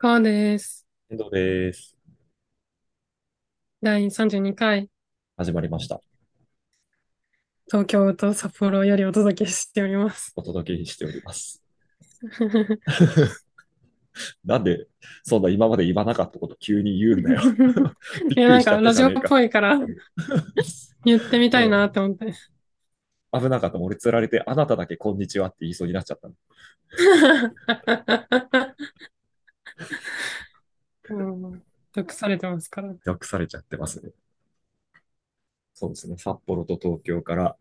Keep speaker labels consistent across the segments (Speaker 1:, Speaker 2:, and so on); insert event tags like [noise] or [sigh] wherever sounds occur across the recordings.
Speaker 1: こうです。
Speaker 2: 遠藤です。
Speaker 1: 第32回、
Speaker 2: 始まりました。
Speaker 1: 東京と札幌よりお届けしております。
Speaker 2: [laughs] お届けしております。なんで、そんな今まで言わなかったこと急に言うんだよ。
Speaker 1: [laughs]
Speaker 2: び
Speaker 1: い
Speaker 2: っ
Speaker 1: や、なん
Speaker 2: くり
Speaker 1: か
Speaker 2: しちゃった
Speaker 1: ラ
Speaker 2: じゃ
Speaker 1: ジオっ
Speaker 2: ねえか。
Speaker 1: ぽいから言ってみたいな
Speaker 2: う
Speaker 1: って思って。
Speaker 2: ん。危なかった。俺釣られて、あなただけこんにちはって言いそうになっちゃったの。
Speaker 1: うん、毒されてますから。
Speaker 2: 訳されちゃってますね。そうですね。札幌と東京から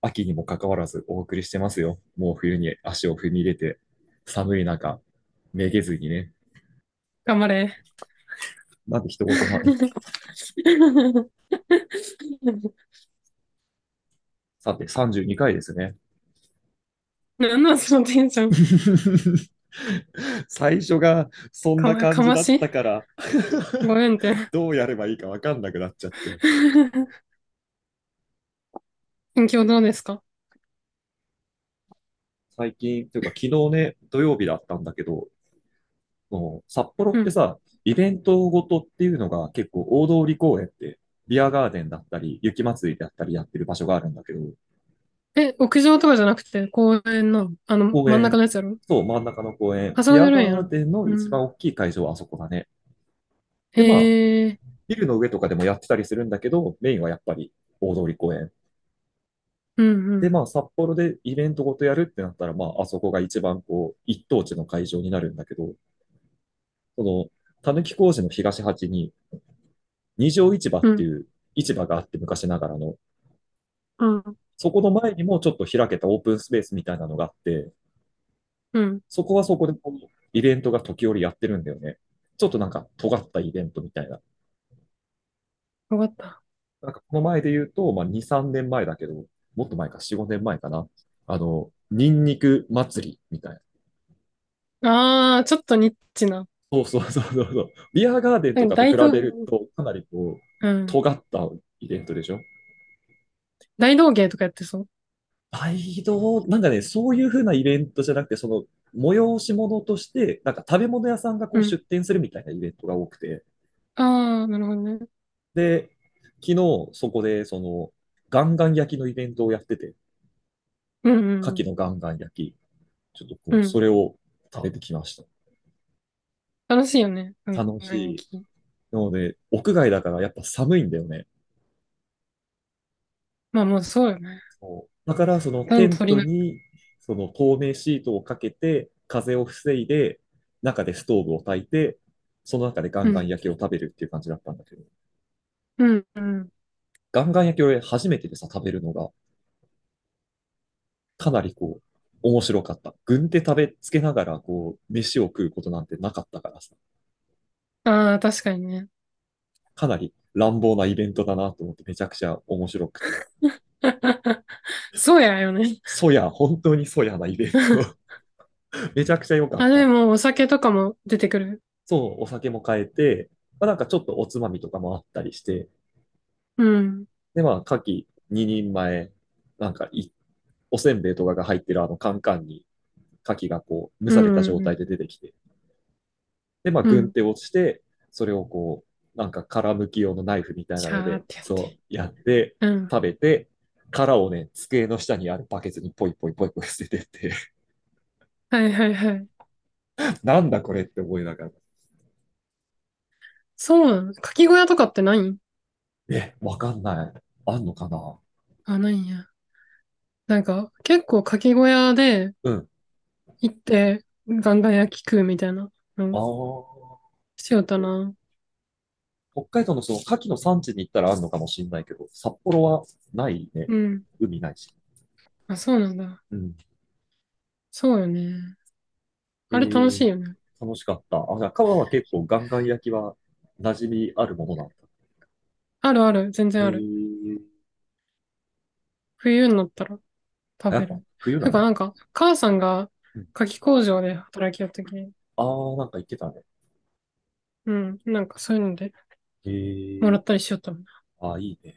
Speaker 2: 秋にもかかわらずお送りしてますよ。もう冬に足を踏み入れて、寒い中、めげずにね。
Speaker 1: 頑張れ。
Speaker 2: なんで一言も
Speaker 1: [laughs]
Speaker 2: ある。さて、32回ですね。
Speaker 1: なんなんそのテンション。
Speaker 2: [laughs] 最初がそん
Speaker 1: か
Speaker 2: な
Speaker 1: ま、
Speaker 2: 感
Speaker 1: か
Speaker 2: じ
Speaker 1: ま
Speaker 2: だっ
Speaker 1: した
Speaker 2: から
Speaker 1: ごめんって。
Speaker 2: どうやればいいかわかんなくなっちゃって。
Speaker 1: 近況どうですか
Speaker 2: 最近、というか昨日ね、土曜日だったんだけど、もう札幌
Speaker 1: う
Speaker 2: って
Speaker 1: ん。
Speaker 2: さ、イベントごとっていうのが結構大通公園って、ビアガーデンだったり、雪まつりだったりやってる場所があるんだけど、
Speaker 1: え、屋上とかじゃなくて、公園の、あの、
Speaker 2: 公
Speaker 1: 真ん中
Speaker 2: 園、
Speaker 1: のやつやろ
Speaker 2: そう、真ん中の公園、
Speaker 1: あ、そ
Speaker 2: ビ
Speaker 1: う
Speaker 2: ア
Speaker 1: やるん
Speaker 2: ガ
Speaker 1: や。
Speaker 2: ーデンの
Speaker 1: う
Speaker 2: 一番
Speaker 1: ん。
Speaker 2: 大きい会場はあそこだね。で、まあ、
Speaker 1: へえ。
Speaker 2: ビルの上とかでもやってたりするんだけど、メインはやっぱり大通公園。
Speaker 1: うんう
Speaker 2: で、
Speaker 1: ん。
Speaker 2: まあ、札幌でイベントごとやるってなったら、まあ、あそこが一番こう、一等地の会場になるんだけど、その、たぬき工事の東端に、二条市場
Speaker 1: う
Speaker 2: って
Speaker 1: ん。
Speaker 2: いう市場があって、昔ながらの。
Speaker 1: うん。
Speaker 2: そこの前にもちょっと開けたオープンスペースみたいなのがあって、
Speaker 1: うん。
Speaker 2: そこはそこでこうイベントが時折やってるんだよね。ちょっとなんか尖ったイベントみたいな。
Speaker 1: わかった。
Speaker 2: なんかこの前で言うと、まあ、2、3年前だけど、もっと前か、4、5年前かな。あの、ニンニク祭りみたいな。
Speaker 1: ああ、ちょっとニッチな。
Speaker 2: そうそうそうそうそう。ビアガーデン
Speaker 1: な
Speaker 2: と
Speaker 1: んか
Speaker 2: かと
Speaker 1: 大
Speaker 2: 比
Speaker 1: 道、
Speaker 2: べると、かなりこう、
Speaker 1: うん。
Speaker 2: 尖ったイベントでしょ
Speaker 1: 大道芸とかやってそう。
Speaker 2: 大道、なんかね、そういう風なイベントじゃなくて、その、催し物として、なんか食べ物屋さんがこ
Speaker 1: う。
Speaker 2: うん出店するみたいなイベントが多くて、
Speaker 1: ああ、なるほどね。
Speaker 2: で、昨日そこで、その、ガンガン焼きのイベントをやってて、
Speaker 1: うんう
Speaker 2: 牡蠣
Speaker 1: ん
Speaker 2: のガンガン焼き、ちょっと
Speaker 1: うん。
Speaker 2: こう、
Speaker 1: う
Speaker 2: そ
Speaker 1: ん。
Speaker 2: れを食べてきました。
Speaker 1: 楽しいよね。うん。
Speaker 2: 楽し
Speaker 1: 雰囲
Speaker 2: い。
Speaker 1: 気。
Speaker 2: なので、屋外だからやっぱ寒いんだよね。
Speaker 1: まあもうそうよね。
Speaker 2: そうだから、そのテ
Speaker 1: 暖
Speaker 2: ン
Speaker 1: 取り
Speaker 2: ト
Speaker 1: な、
Speaker 2: に、その透明シートをかけて、風を防いで、中でストーブを焚いて、その中でガ
Speaker 1: う
Speaker 2: ンガン
Speaker 1: ん。
Speaker 2: 焼きを食べるっていう感じだったんだけど、
Speaker 1: うんうん。
Speaker 2: ガンガン焼き俺初めてでさ、食べるのが、かなりこう、面白かった。軍手食べつけながら、こう、飯を食うことなんてなかったからさ、
Speaker 1: ああ、確かにね。 [laughs]
Speaker 2: かなり乱暴なイベントだなと思って、めちゃくちゃ面白くて。
Speaker 1: そうや
Speaker 2: [laughs]
Speaker 1: よね。
Speaker 2: そや、本当にそやなイベント。 [laughs] めちゃくちゃ良かっ
Speaker 1: あ、で
Speaker 2: た。
Speaker 1: もお酒とかも出てくる。
Speaker 2: そう、お酒も買えて、まあ、なんかちょっとおつまみとかもあったりして、
Speaker 1: うん。
Speaker 2: で、まあ、牡蠣2人前、なんかい、おせんべいとかが入ってるあのカンカンに、牡蠣がこう、蒸
Speaker 1: う
Speaker 2: された
Speaker 1: んう
Speaker 2: 状
Speaker 1: んう
Speaker 2: 態
Speaker 1: ん。
Speaker 2: で出てきて、で、まあ、
Speaker 1: う
Speaker 2: 軍
Speaker 1: ん。
Speaker 2: 手をして、それをこう、なんか殻むき用のナイフみたい
Speaker 1: シ
Speaker 2: なの
Speaker 1: ャーっ
Speaker 2: で、
Speaker 1: てやっ
Speaker 2: そう、
Speaker 1: て。
Speaker 2: やって、
Speaker 1: うん。
Speaker 2: 食べて、殻をね、机の下にあるバケツにポイポイポイポイ捨ててって、 [laughs]
Speaker 1: はいはいはい。
Speaker 2: なんだこれって思いながら。
Speaker 1: そうなの。かき小屋とかってないん
Speaker 2: え、わかんない。あんのかな
Speaker 1: あ、ないんや。なんか、結構かき小屋で
Speaker 2: うん。
Speaker 1: 行って、ガンガン焼き食うみたいな。う
Speaker 2: あ
Speaker 1: ん。
Speaker 2: あ。
Speaker 1: しよったな。
Speaker 2: 北海道のその牡蠣の産地に行ったらあるのかもしれないけど、札幌はないね。
Speaker 1: うん。
Speaker 2: 海ないし。
Speaker 1: あ、そうなんだ。
Speaker 2: うん。
Speaker 1: そうよね。
Speaker 2: え
Speaker 1: あれ楽しい
Speaker 2: ー、
Speaker 1: よね。
Speaker 2: 楽しかった。あ、じゃあ、香川は結構ガンガン焼きは馴染みあるものなんだ。
Speaker 1: あるある。全
Speaker 2: え
Speaker 1: 然ある。
Speaker 2: ー、
Speaker 1: 冬になったら食
Speaker 2: やっ
Speaker 1: べ
Speaker 2: ぱ
Speaker 1: る。
Speaker 2: 冬
Speaker 1: だ
Speaker 2: なん
Speaker 1: から
Speaker 2: だ。
Speaker 1: なんか、母さんが
Speaker 2: うん、
Speaker 1: 牡蠣工場で働きよったき、
Speaker 2: ああ、なんか言ってたね。
Speaker 1: うん。なんかそういうので
Speaker 2: え
Speaker 1: もら
Speaker 2: ー、
Speaker 1: ったりしよったもんな。
Speaker 2: あー、いいね。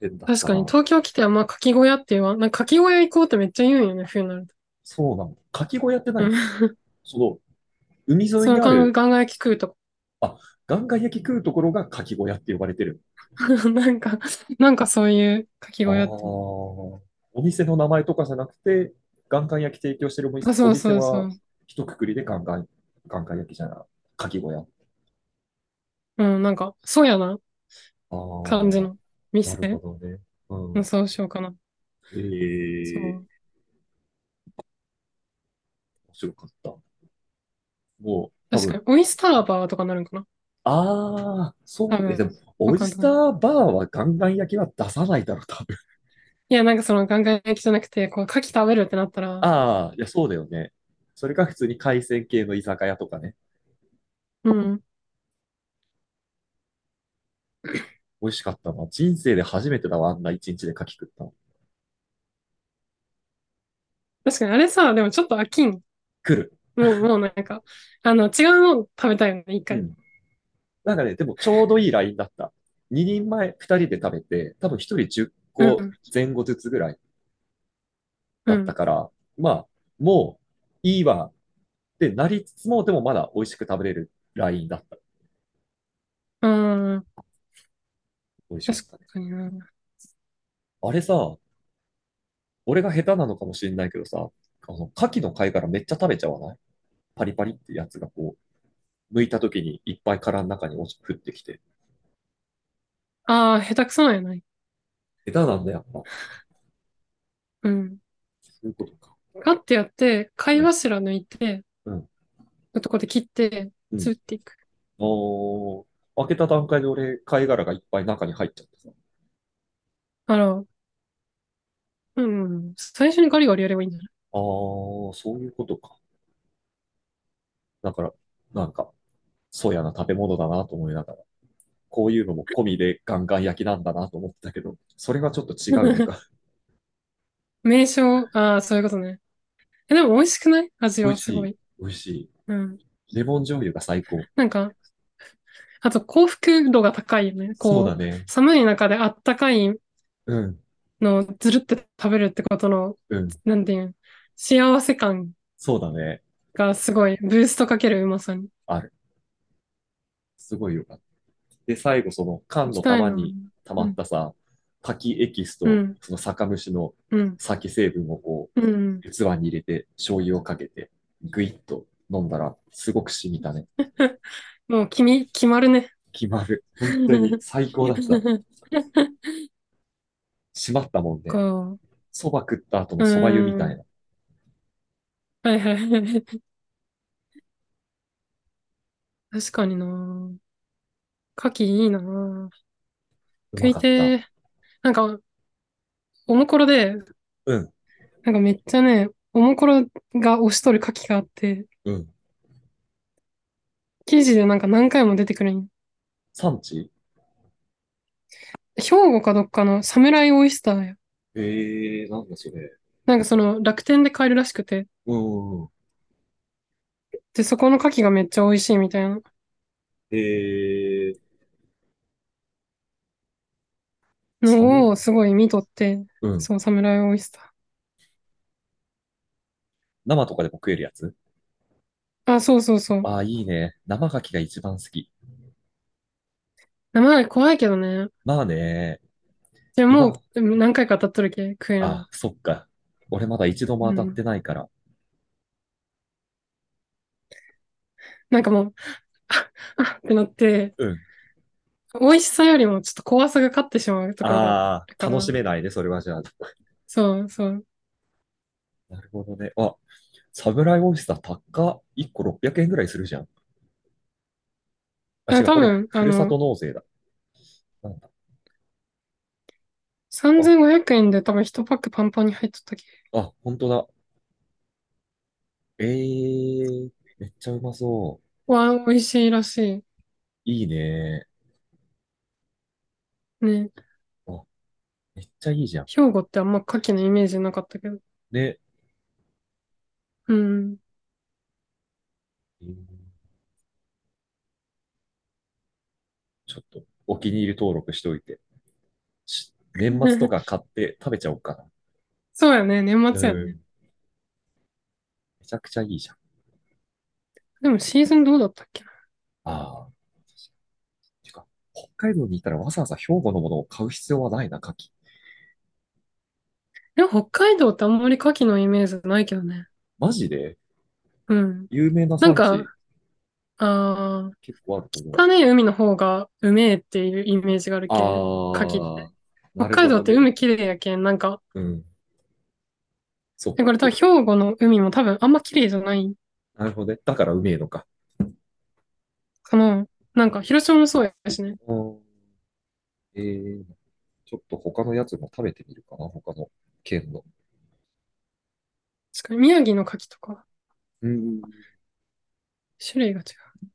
Speaker 2: 変だっ
Speaker 1: 確
Speaker 2: た
Speaker 1: かに
Speaker 2: な。
Speaker 1: 東京来てあんまかき小屋って言わん。なんかかき小屋行こうってめっちゃ言うんよね、冬になると。
Speaker 2: そうなの。かき小屋って
Speaker 1: う
Speaker 2: 何
Speaker 1: ん
Speaker 2: その、海沿い
Speaker 1: そ
Speaker 2: に
Speaker 1: の
Speaker 2: あ
Speaker 1: ガン
Speaker 2: る、
Speaker 1: ガンガン焼き食うとこ。
Speaker 2: ガンガン焼き食うところがかき小屋って呼ばれてる。
Speaker 1: [laughs] なんか、なんかそういうかき
Speaker 2: あ
Speaker 1: 小
Speaker 2: あ、
Speaker 1: 屋って。
Speaker 2: お店の名前とかじゃなくて、ガンガン焼き提供してるお店
Speaker 1: あ、
Speaker 2: お
Speaker 1: そう
Speaker 2: 店
Speaker 1: そうそ
Speaker 2: は、
Speaker 1: う。
Speaker 2: 一括りでガンガン、ガンガン焼きじゃない、かき小屋。
Speaker 1: うん、なんか、そうやな
Speaker 2: あ
Speaker 1: 感じ
Speaker 2: あ、
Speaker 1: の
Speaker 2: なるほ
Speaker 1: 店
Speaker 2: どね。
Speaker 1: の
Speaker 2: う
Speaker 1: 総称かな。
Speaker 2: ん。
Speaker 1: そ
Speaker 2: ええ
Speaker 1: う。
Speaker 2: 面白かった。もう、多
Speaker 1: 確か
Speaker 2: 分、
Speaker 1: に、オイスターバーとかなるんかな
Speaker 2: ああ、
Speaker 1: 多
Speaker 2: そう、え、で
Speaker 1: 分、
Speaker 2: も、
Speaker 1: わ
Speaker 2: オイ
Speaker 1: かん
Speaker 2: ス
Speaker 1: な
Speaker 2: タ
Speaker 1: い。
Speaker 2: ーバーはガンガン焼きは出さないだろう、多分。
Speaker 1: いや、なんかそのガンガン焼きじゃなくて、こう、牡蠣食べるってなったら、
Speaker 2: ああ、いや、そうだよね。それか普通に海鮮系の居酒屋とかね。
Speaker 1: うん。
Speaker 2: 美味しかったな。人生で初めてだわ、あんな一日で牡蠣食ったの。
Speaker 1: 確かに、あれさ、でもちょっと飽きん。
Speaker 2: 来る。
Speaker 1: も
Speaker 2: [laughs]
Speaker 1: う、もうなんか、あの、違うの食べたいよね、一
Speaker 2: う
Speaker 1: 回。
Speaker 2: ん。なんかね、でもちょうどいいラインだった。2人前、2人で食べて、多分1人10
Speaker 1: う
Speaker 2: 個
Speaker 1: ん、
Speaker 2: 前後ずつぐらいうだった
Speaker 1: ん、
Speaker 2: から、まあ、もういいわってなりつつも、でもまだ美味しく食べれるラインだった。
Speaker 1: うん。うん
Speaker 2: 美味しかっ
Speaker 1: 確
Speaker 2: たね。
Speaker 1: かにな。
Speaker 2: あれさ、俺が下手なのかもしれないけどさ、あの、牡蠣の貝殻めっちゃ食べちゃわないパリパリってやつがこう、剥いた時にいっぱい殻の中に落ち、降ってきて。
Speaker 1: ああ、下手くそなんやない。
Speaker 2: 下手なんだ、やっぱ。
Speaker 1: うん。
Speaker 2: そういうことか。
Speaker 1: ガッてやって、
Speaker 2: う
Speaker 1: 貝
Speaker 2: ん、
Speaker 1: 柱抜いて、
Speaker 2: うん、
Speaker 1: のとこで切って、
Speaker 2: う
Speaker 1: つ
Speaker 2: ん。
Speaker 1: ぶっていく。
Speaker 2: おー、開けた段階で俺、貝殻がいっぱい中に入っちゃってさ。
Speaker 1: あら、うん。最初にガリガリやればいいんじゃない
Speaker 2: あー、そういうことか。だから、なんか、そうやな食べ物だなと思いながら、こういうのも込みでガンガン焼きなんだなと思ってたけど、それはちょっと違うの [laughs] か。
Speaker 1: 名称、ああ、そういうことね。え、でも美味しくない味
Speaker 2: 美味
Speaker 1: は
Speaker 2: し
Speaker 1: すご
Speaker 2: い、
Speaker 1: い。
Speaker 2: 美味し
Speaker 1: うん。
Speaker 2: い。レモン醤油が最高。
Speaker 1: なんか、あと幸福度が高いよね。
Speaker 2: そうだ
Speaker 1: こう、
Speaker 2: ね。
Speaker 1: 寒い中であったかい
Speaker 2: うん、
Speaker 1: のをずるって食べるってことの、
Speaker 2: うん。
Speaker 1: なんていうん、幸せ感
Speaker 2: そうだね。
Speaker 1: がすごい、ブーストかけるうまさに。
Speaker 2: ある。すごいよかった。で、最後、その缶
Speaker 1: 行き
Speaker 2: の
Speaker 1: たい
Speaker 2: 玉
Speaker 1: な。
Speaker 2: に溜ま
Speaker 1: う
Speaker 2: っ
Speaker 1: ん、
Speaker 2: たさ、柿エキス
Speaker 1: う
Speaker 2: と、
Speaker 1: ん、
Speaker 2: その酒蒸しの
Speaker 1: うん、
Speaker 2: 酒成分をこ
Speaker 1: うん。
Speaker 2: う、器に入れて、醤油をかけて、ぐいっと飲んだら、すごく染みたね。
Speaker 1: もう君、決まるね。
Speaker 2: 決まる。本当
Speaker 1: [laughs]
Speaker 2: に最高だった。しまったもんね。
Speaker 1: こ
Speaker 2: 蕎麦食った後
Speaker 1: う、
Speaker 2: の蕎麦湯み
Speaker 1: う
Speaker 2: たい
Speaker 1: ん。
Speaker 2: な。
Speaker 1: はいはいはい。 [laughs] 確かにな。牡蠣いいな。
Speaker 2: う
Speaker 1: 食
Speaker 2: ま
Speaker 1: い
Speaker 2: かった。
Speaker 1: てー。なんか、おもころで、
Speaker 2: うん、
Speaker 1: なんかめっちゃね、おもころが押しとる牡蠣があって、
Speaker 2: うん。
Speaker 1: 記事でなんか何回も出てくるんよ
Speaker 2: 産地
Speaker 1: 兵庫かどっかのサムライオイスターや。
Speaker 2: ええー、なんだそれ。
Speaker 1: なんかその楽天で買えるらしくて、
Speaker 2: うん、うん。
Speaker 1: で、そこの牡蠣がめっちゃ美味しいみたいな。
Speaker 2: えー、サム、
Speaker 1: のをすごい見とって、
Speaker 2: うん。
Speaker 1: そう、サムライオイスタ
Speaker 2: 生とかでも食えるやつ
Speaker 1: ー。あ、そうそうそう。
Speaker 2: ああ、いいね。生牡蠣が一番好き。
Speaker 1: 名前怖いけどね。
Speaker 2: まあね、
Speaker 1: でも
Speaker 2: 今、
Speaker 1: う何回か当たっとるけ、食え
Speaker 2: あ、
Speaker 1: ん。
Speaker 2: そっか。俺まだ一度も
Speaker 1: う
Speaker 2: 当たって
Speaker 1: ん。
Speaker 2: ないから。
Speaker 1: なんかもう、あ、あってなって、
Speaker 2: うん。
Speaker 1: 美味しさよりもちょっと怖さが勝ってしまうところがあ
Speaker 2: あ
Speaker 1: る
Speaker 2: あ、
Speaker 1: か
Speaker 2: 楽し
Speaker 1: ら。
Speaker 2: めないね、それはじゃあ。
Speaker 1: そうそう。
Speaker 2: なるほどね。あ、サムライオイスター、たっか1個600円ぐらいするじゃん。あ、違
Speaker 1: あ、
Speaker 2: う、
Speaker 1: 多
Speaker 2: これ、
Speaker 1: 分、
Speaker 2: ふ
Speaker 1: あ
Speaker 2: るさと
Speaker 1: の、
Speaker 2: 納税だ。なんだ。あ、
Speaker 1: 3500円で多分1パックパンパンに入っとったっけ。
Speaker 2: あ、本当だ。ええめっちゃうまそう。
Speaker 1: わ、美味しいらし
Speaker 2: いいね。
Speaker 1: い。ね。
Speaker 2: あ、めっちゃいいじゃん。
Speaker 1: 兵庫ってあんま牡蠣のイメージなかったけど。
Speaker 2: ね。
Speaker 1: うん。
Speaker 2: えーちょっと、お気に入り登録しておいて。し年
Speaker 1: [laughs]
Speaker 2: 末とか買って食べちゃおうか
Speaker 1: そうやね。年
Speaker 2: な。
Speaker 1: 末や
Speaker 2: うん。
Speaker 1: ね。
Speaker 2: ちゃくちゃいいじゃん。
Speaker 1: でもシーズンどうだったっけな
Speaker 2: ああ。てか、北海道に行ったらわざわざ兵庫のものを買う必要はないな、牡蠣。
Speaker 1: でも北海道ってあんまり牡蠣のイメージないけどね。
Speaker 2: マジで
Speaker 1: うん。
Speaker 2: 有名
Speaker 1: な
Speaker 2: な
Speaker 1: ん
Speaker 2: 産地
Speaker 1: か、ああ、
Speaker 2: 結構あると思う。
Speaker 1: 汚い海の方がうめえっていうイメージがあるけど、
Speaker 2: あ
Speaker 1: 牡蠣
Speaker 2: あ。
Speaker 1: 北
Speaker 2: なる
Speaker 1: 海道
Speaker 2: ほ
Speaker 1: って
Speaker 2: どね。
Speaker 1: 海きれいやけん、なんか、
Speaker 2: うん。そっ
Speaker 1: で
Speaker 2: か。
Speaker 1: これ多分兵庫の海も多分あんまきれいじゃない
Speaker 2: なるほどね。だからうめえのか。
Speaker 1: かな。なんか広島もそうやしね。
Speaker 2: うんえー、ちょっと他のやつも食べてみるかな、他の県の。
Speaker 1: 確かに宮城の牡蠣とか
Speaker 2: うん。
Speaker 1: 種類が違う。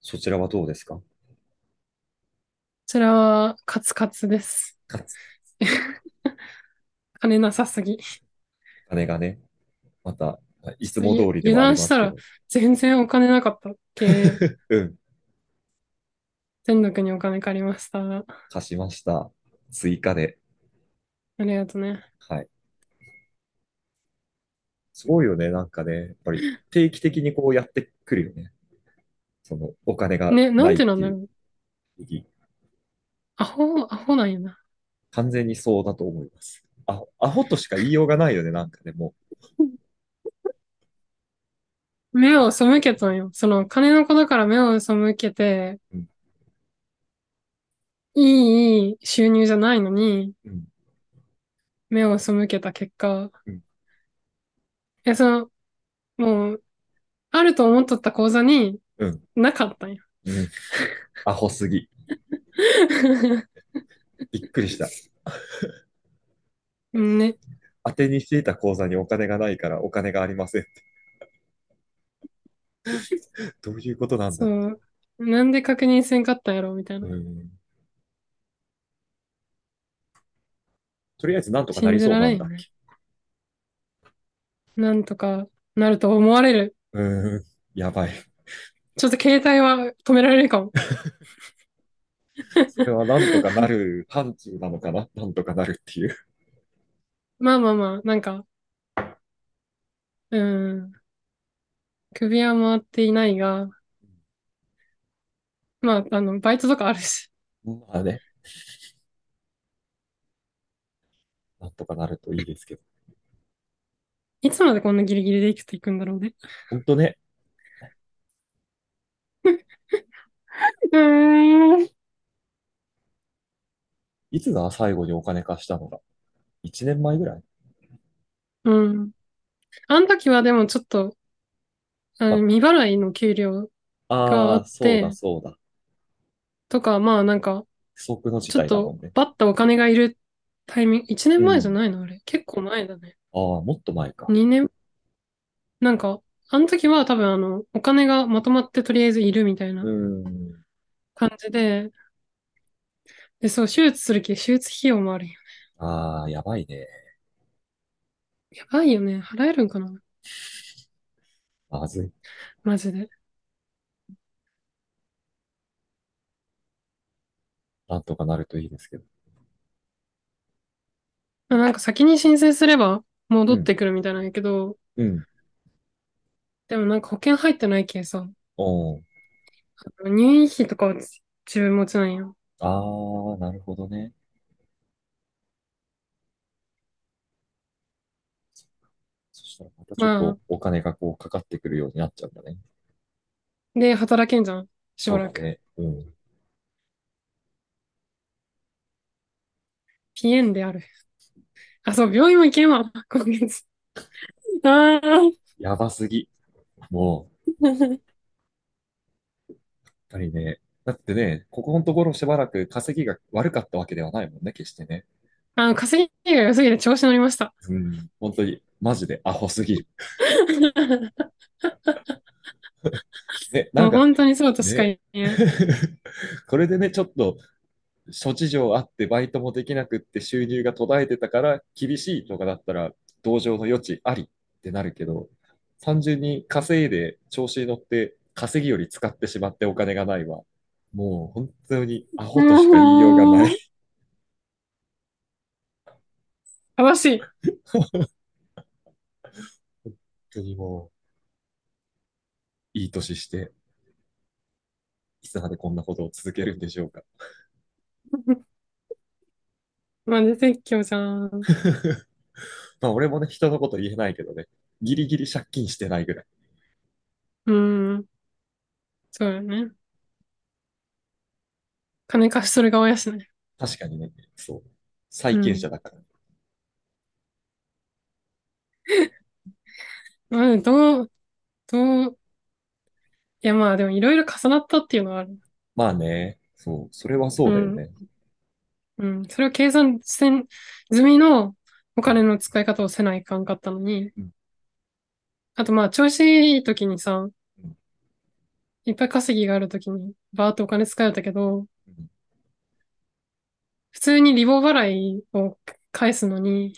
Speaker 2: そちらはどうですか
Speaker 1: こちらはカツカツです。
Speaker 2: カツ
Speaker 1: 金なさすぎ。
Speaker 2: 金がね、また、いつも通りではありますけ
Speaker 1: 油断全然お金なかったっけ。
Speaker 2: [laughs] ど。うん。
Speaker 1: 天国にお金借りました。あ
Speaker 2: 貸しました。追加で。
Speaker 1: りがとうね。
Speaker 2: はい。すごいよね、なんかね、やっぱり定期的にこうやってくるよね。そのお金が
Speaker 1: ね、な
Speaker 2: なんいっ
Speaker 1: て
Speaker 2: てい
Speaker 1: なんだろ
Speaker 2: う
Speaker 1: う。
Speaker 2: 意義。
Speaker 1: アホ、アホなんやな。
Speaker 2: 完全にそうだと思います。アホ、アホとしか言いようがないよね、なんかね、も
Speaker 1: 目を背けたんよ。その金のことから目を背けて
Speaker 2: うん、
Speaker 1: いい収入じゃないのに、
Speaker 2: う。うん。
Speaker 1: 目を背けた結果、
Speaker 2: うん
Speaker 1: いや、その、もう、あると思っとった口座に
Speaker 2: うん。
Speaker 1: なかったんよ。 [laughs]
Speaker 2: うん。アホすぎ。びっくりした。
Speaker 1: ね。
Speaker 2: 当てにしていた口座にお金がないからお金がありませんって [laughs] どういうことなんだ
Speaker 1: そ
Speaker 2: ろ。
Speaker 1: う。なんで確認せんかったんやろみたいうな。
Speaker 2: うんとりあえずなんとかなりそうなんだっけ。
Speaker 1: 信じなんとかなると思われる。
Speaker 2: うーん、やばい。
Speaker 1: ちょっと携帯は止められるかも。
Speaker 2: それはなんとかなる範疇なのかな [laughs] なんとかなるっていう。 [laughs]
Speaker 1: まあまあまあ、なんか、うん。首は回っていないが、まあ、あの、バイトとかあるし。
Speaker 2: まあね。なんとかなるといいですけど。
Speaker 1: いつまでこんなギリギリで生きていくんだろうね。
Speaker 2: ほんとね。
Speaker 1: うーん。
Speaker 2: いつが最後にお金貸したのが ?1 年前ぐらい
Speaker 1: うん。あの時はでもちょっと、あの、
Speaker 2: あ
Speaker 1: 未払いの給料があ
Speaker 2: ああー、
Speaker 1: っ
Speaker 2: そうだ
Speaker 1: て
Speaker 2: そうだ。
Speaker 1: とか、まあなんか、
Speaker 2: 不測の事
Speaker 1: ちょっ
Speaker 2: 態だも
Speaker 1: と
Speaker 2: んね。
Speaker 1: バッとお金がいるタイミング、1年前じゃ
Speaker 2: うん
Speaker 1: ないのあれ。結構前だね。
Speaker 2: ああ、もっと前か。
Speaker 1: 2年、なんか、あの時は多分あの、お金がまとまってとりあえずいるみたいな
Speaker 2: うーん。
Speaker 1: 感じで、で、そう、手術するけど手術費用もあるんよ。
Speaker 2: ああ、やばいね。
Speaker 1: やばいよね。払えるんかな
Speaker 2: まずい。
Speaker 1: マジで。
Speaker 2: なんとかなるといいですけど。
Speaker 1: まあなんか先に申請すれば戻ってくるみたいなんやけど、
Speaker 2: うん。
Speaker 1: でもなんか保険入ってないけんさ、
Speaker 2: おー
Speaker 1: 入院費とかは自分持ちなんよ。
Speaker 2: ああ、なるほどね。そしたらまたちょっ
Speaker 1: ま
Speaker 2: とお金がこうかかってくるようになっちゃうんだね。
Speaker 1: あ、で、働けんじゃん。し
Speaker 2: そ
Speaker 1: ば
Speaker 2: う
Speaker 1: ら
Speaker 2: だ
Speaker 1: く。
Speaker 2: ね。うん。
Speaker 1: ピエンである。あ、そう、病院も行けんわ。今月。ああ。
Speaker 2: やばすぎ。もう、やっぱりね。だってね、ここのところしばらく稼ぎが悪かったわけではないもんね、決してね。
Speaker 1: あの、稼ぎが良すぎて調子乗りました。
Speaker 2: うん。本当に、マジでアホすぎる。ね、 [laughs] な
Speaker 1: も
Speaker 2: ん
Speaker 1: う
Speaker 2: か、
Speaker 1: 本当にそうとしか言えない。 [laughs]
Speaker 2: これでね、ちょっと、諸事情あってバイトもできなくって収入が途絶えてたから厳しいとかだったら同情の余地ありってなるけど、単純に稼いで調子に乗って稼ぎより使ってしまってお金がないわ。もう本当にアホとしか言いようがない。
Speaker 1: 正しい。
Speaker 2: [laughs] 当にもう、いい年して、いつまでこんなことを続けるんでしょうか。
Speaker 1: まあ、出てきょちゃん。
Speaker 2: まあ、俺もね、人のこと言えないけどね、ギリギリ借金してないぐらい。
Speaker 1: うん。そうよね。金貸しとる側やしね。
Speaker 2: 確かにね、そう。
Speaker 1: う
Speaker 2: 債権
Speaker 1: ん。
Speaker 2: 者だから。
Speaker 1: まあ、どう、どう、いやまあ、でもいろいろ重なったっていうのはある。
Speaker 2: まあね、そう、それはそううだよ
Speaker 1: ん。
Speaker 2: ね。
Speaker 1: うん。それを計算せん済みのお金の使い方をせないかんかったのに。
Speaker 2: うん、
Speaker 1: あとまあ、調子いい時にさ、
Speaker 2: うん、
Speaker 1: いっぱい稼ぎがある時に、バーっとお金使えたけど、
Speaker 2: うん。
Speaker 1: 普通にリボ払いを返すのに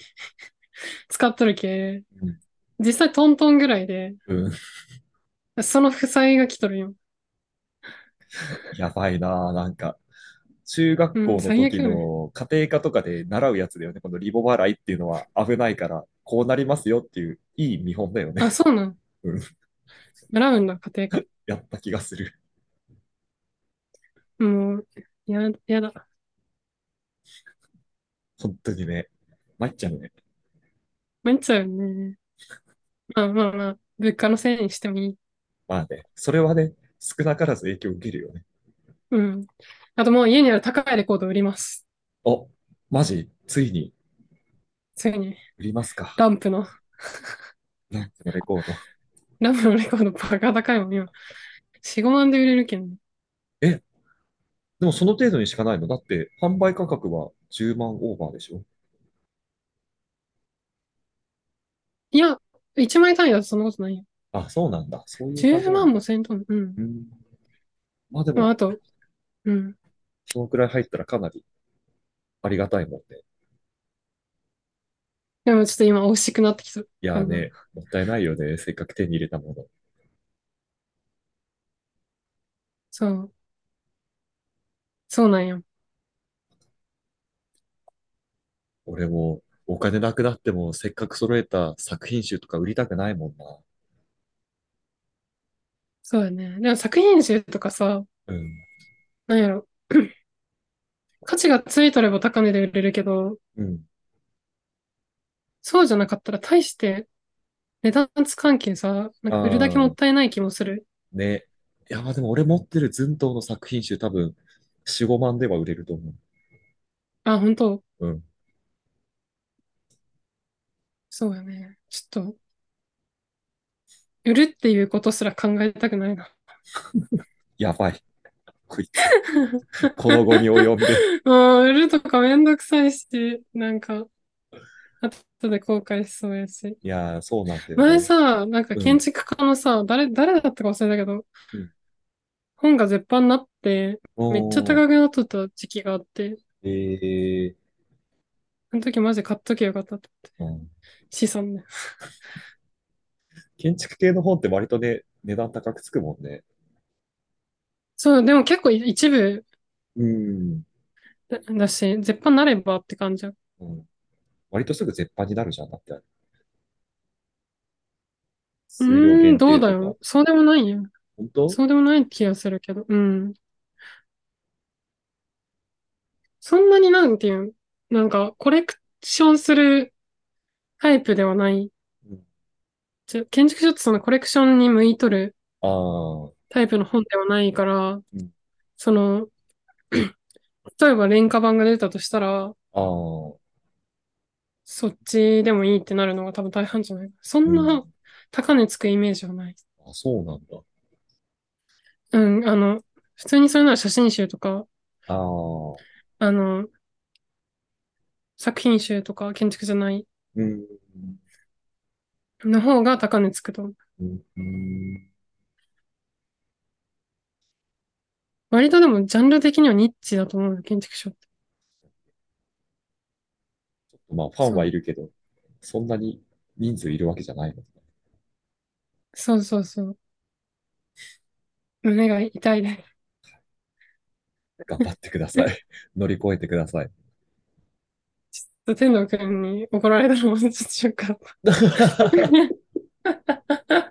Speaker 1: [laughs] 使っとるけ、
Speaker 2: うん。
Speaker 1: 実際トントンぐらいで、
Speaker 2: うん
Speaker 1: その負債が来とるよ。
Speaker 2: やばいなあ、なんか。中学
Speaker 1: うん、
Speaker 2: 校の
Speaker 1: 最
Speaker 2: 時
Speaker 1: 悪よね。
Speaker 2: の家庭科とかで習うやつだよね。このリボ払いっていうのは危ないから、こうなりますよっていう、いい見本だよ
Speaker 1: あ、
Speaker 2: ね。
Speaker 1: そうなん。
Speaker 2: うん。
Speaker 1: ラウンだ、家庭科。
Speaker 2: やった気がする。
Speaker 1: もう、や、やだ。
Speaker 2: 本当にね。参っちゃうね。
Speaker 1: 参っちゃうよね。まあまあまあ、物価のせいにしてもいい。
Speaker 2: まあね、それはね、少なからず影響を受けるよね。
Speaker 1: うん。あともう家にある高いレコード売ります。
Speaker 2: お、マジ、ついに
Speaker 1: ついに、
Speaker 2: 売りますか。
Speaker 1: ランプの、
Speaker 2: なんのレコード。
Speaker 1: ランプのレコードバカ高いもん、今。4、5万で売れるけん。
Speaker 2: え、でもその程度にしかないの。だって、販売価格は10万オーバーでしょ。
Speaker 1: いや、1枚単位だとそんなことないよ。
Speaker 2: あ、そうなんだ。そういう感じ
Speaker 1: 10
Speaker 2: な
Speaker 1: 万
Speaker 2: んだ。
Speaker 1: もせんとん、うん。
Speaker 2: うん。まあで
Speaker 1: まあ、
Speaker 2: も、
Speaker 1: あと、うん。
Speaker 2: そのくらい入ったらかなりありがたいもんね。
Speaker 1: でもちょっと今惜しくなってきそう
Speaker 2: い
Speaker 1: だ
Speaker 2: やー
Speaker 1: んだん。
Speaker 2: ね、もったいないよね。せっかく手に入れたもの。
Speaker 1: そう、そうなんよ。
Speaker 2: 俺もお金なくなってもせっかく揃えた作品集とか売りたくないもんな。
Speaker 1: そうだね。でも作品集とかさ、
Speaker 2: うん。
Speaker 1: なんやろ。 [clears throat] 価値がついとれば高値で売れるけど、
Speaker 2: うん。
Speaker 1: そうじゃなかったら大して値段つかんけんさ、なんか売るだけも
Speaker 2: あ
Speaker 1: ったいない気もする。
Speaker 2: ー、ね。いや、まあでも俺持ってる寸胴の作品集多分4、5万では売れると思う。
Speaker 1: あ、本当
Speaker 2: うん。
Speaker 1: そうよね。ちょっと、売るっていうことすら考えたくないな。 [laughs]
Speaker 2: やばい。こいつ、
Speaker 1: [laughs]
Speaker 2: この後に及んで。
Speaker 1: もう売るとかめんどくさいし、なんか、後で後悔しそうやし。
Speaker 2: いやー、そうなんだよ
Speaker 1: 前
Speaker 2: ね。
Speaker 1: さ、なんか
Speaker 2: う
Speaker 1: 建
Speaker 2: ん。
Speaker 1: 築家のさ、誰、誰だったか忘れたけど、
Speaker 2: うん。
Speaker 1: 本が絶版になって、めっちゃ
Speaker 2: おー、
Speaker 1: 高くなっとった時期があって、
Speaker 2: えー、
Speaker 1: あの時マジ買っとけよかったと思って。
Speaker 2: うん。
Speaker 1: 資産ね。
Speaker 2: 建築系の本って割とね、値段高くつくもんね。
Speaker 1: そう、でも結構一部
Speaker 2: うん。
Speaker 1: だだし、絶版なればって感じや。
Speaker 2: うん。割とすぐ絶版になるじゃん。だって、
Speaker 1: う
Speaker 2: 数量
Speaker 1: ーん、
Speaker 2: 限
Speaker 1: どう
Speaker 2: 定
Speaker 1: だ
Speaker 2: とか。
Speaker 1: よ。そうでもないよ。
Speaker 2: 本当
Speaker 1: そうでもない気がするけど。うん。そんなになんていうん、なんかコレクションするタイプではない。
Speaker 2: うん。
Speaker 1: ちょ建築書ってそのコレクションに向いとる
Speaker 2: ああ、う
Speaker 1: タイプの本ではないから、
Speaker 2: ん。
Speaker 1: その、例えば廉価版が出たとしたら、
Speaker 2: ああ、
Speaker 1: そっちでもいいってなるのが多分大半じゃない。そ
Speaker 2: うんん。
Speaker 1: な高値つくイメージはない。
Speaker 2: あ、そうなんだ。
Speaker 1: うん、あの、普通にそれなら写真集とか、
Speaker 2: ああ、
Speaker 1: あの、作品集とか建築じゃない
Speaker 2: うん。
Speaker 1: の方が高値つくと思う。
Speaker 2: うん。うん
Speaker 1: 割とでもジャンル的にはニッチだと思うよ、建築書って。
Speaker 2: まあ、ファン
Speaker 1: そ。
Speaker 2: はいうるけど、そんなに人数いるわけじゃないのか。
Speaker 1: そうそうそう。胸が痛いで
Speaker 2: 頑張ってくだ
Speaker 1: す。
Speaker 2: さい。
Speaker 1: [laughs]
Speaker 2: 乗り越えてください。
Speaker 1: 天童くんに怒られたのもちょっとショックだった。
Speaker 2: [laughs]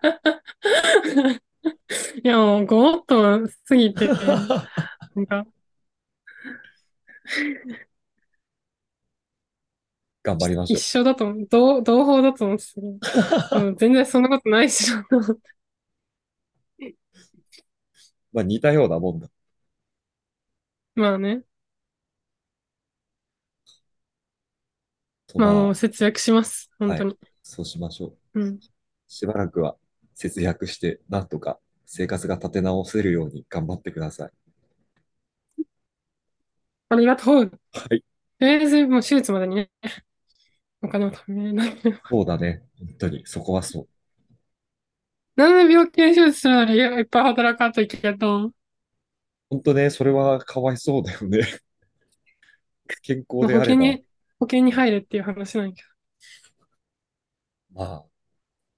Speaker 1: いや、もうごーっと過ぎて、なんか、
Speaker 2: 頑張りまし
Speaker 1: 一
Speaker 2: ょう。
Speaker 1: 緒だと思う。同、同胞だと思ってたけど
Speaker 2: [laughs]
Speaker 1: うん全然そんなことないし [laughs] なと思って。
Speaker 2: まあ似たようなもんだ。
Speaker 1: まあね。
Speaker 2: と
Speaker 1: まあも
Speaker 2: ま
Speaker 1: う節約します。
Speaker 2: あ、
Speaker 1: 本
Speaker 2: は
Speaker 1: 当
Speaker 2: い。
Speaker 1: に。
Speaker 2: そうしましょう。
Speaker 1: うん。
Speaker 2: しばらくは節約して、なんとか生活が立て直せるように頑張ってください。
Speaker 1: ありがとう。と
Speaker 2: はい。
Speaker 1: りあえず、もう手術までにね、お金を貯めない [laughs] と。
Speaker 2: そうだね。本当に、そこはそう。
Speaker 1: なんで病気で手術するのにいっぱい働かんといけんの
Speaker 2: 本当ね、それはかわいそうだよね。 [laughs] 健康
Speaker 1: まあ
Speaker 2: で
Speaker 1: 保
Speaker 2: あれ
Speaker 1: 険
Speaker 2: ば、
Speaker 1: に、保険に入れっていう話なんやけど。
Speaker 2: まあ、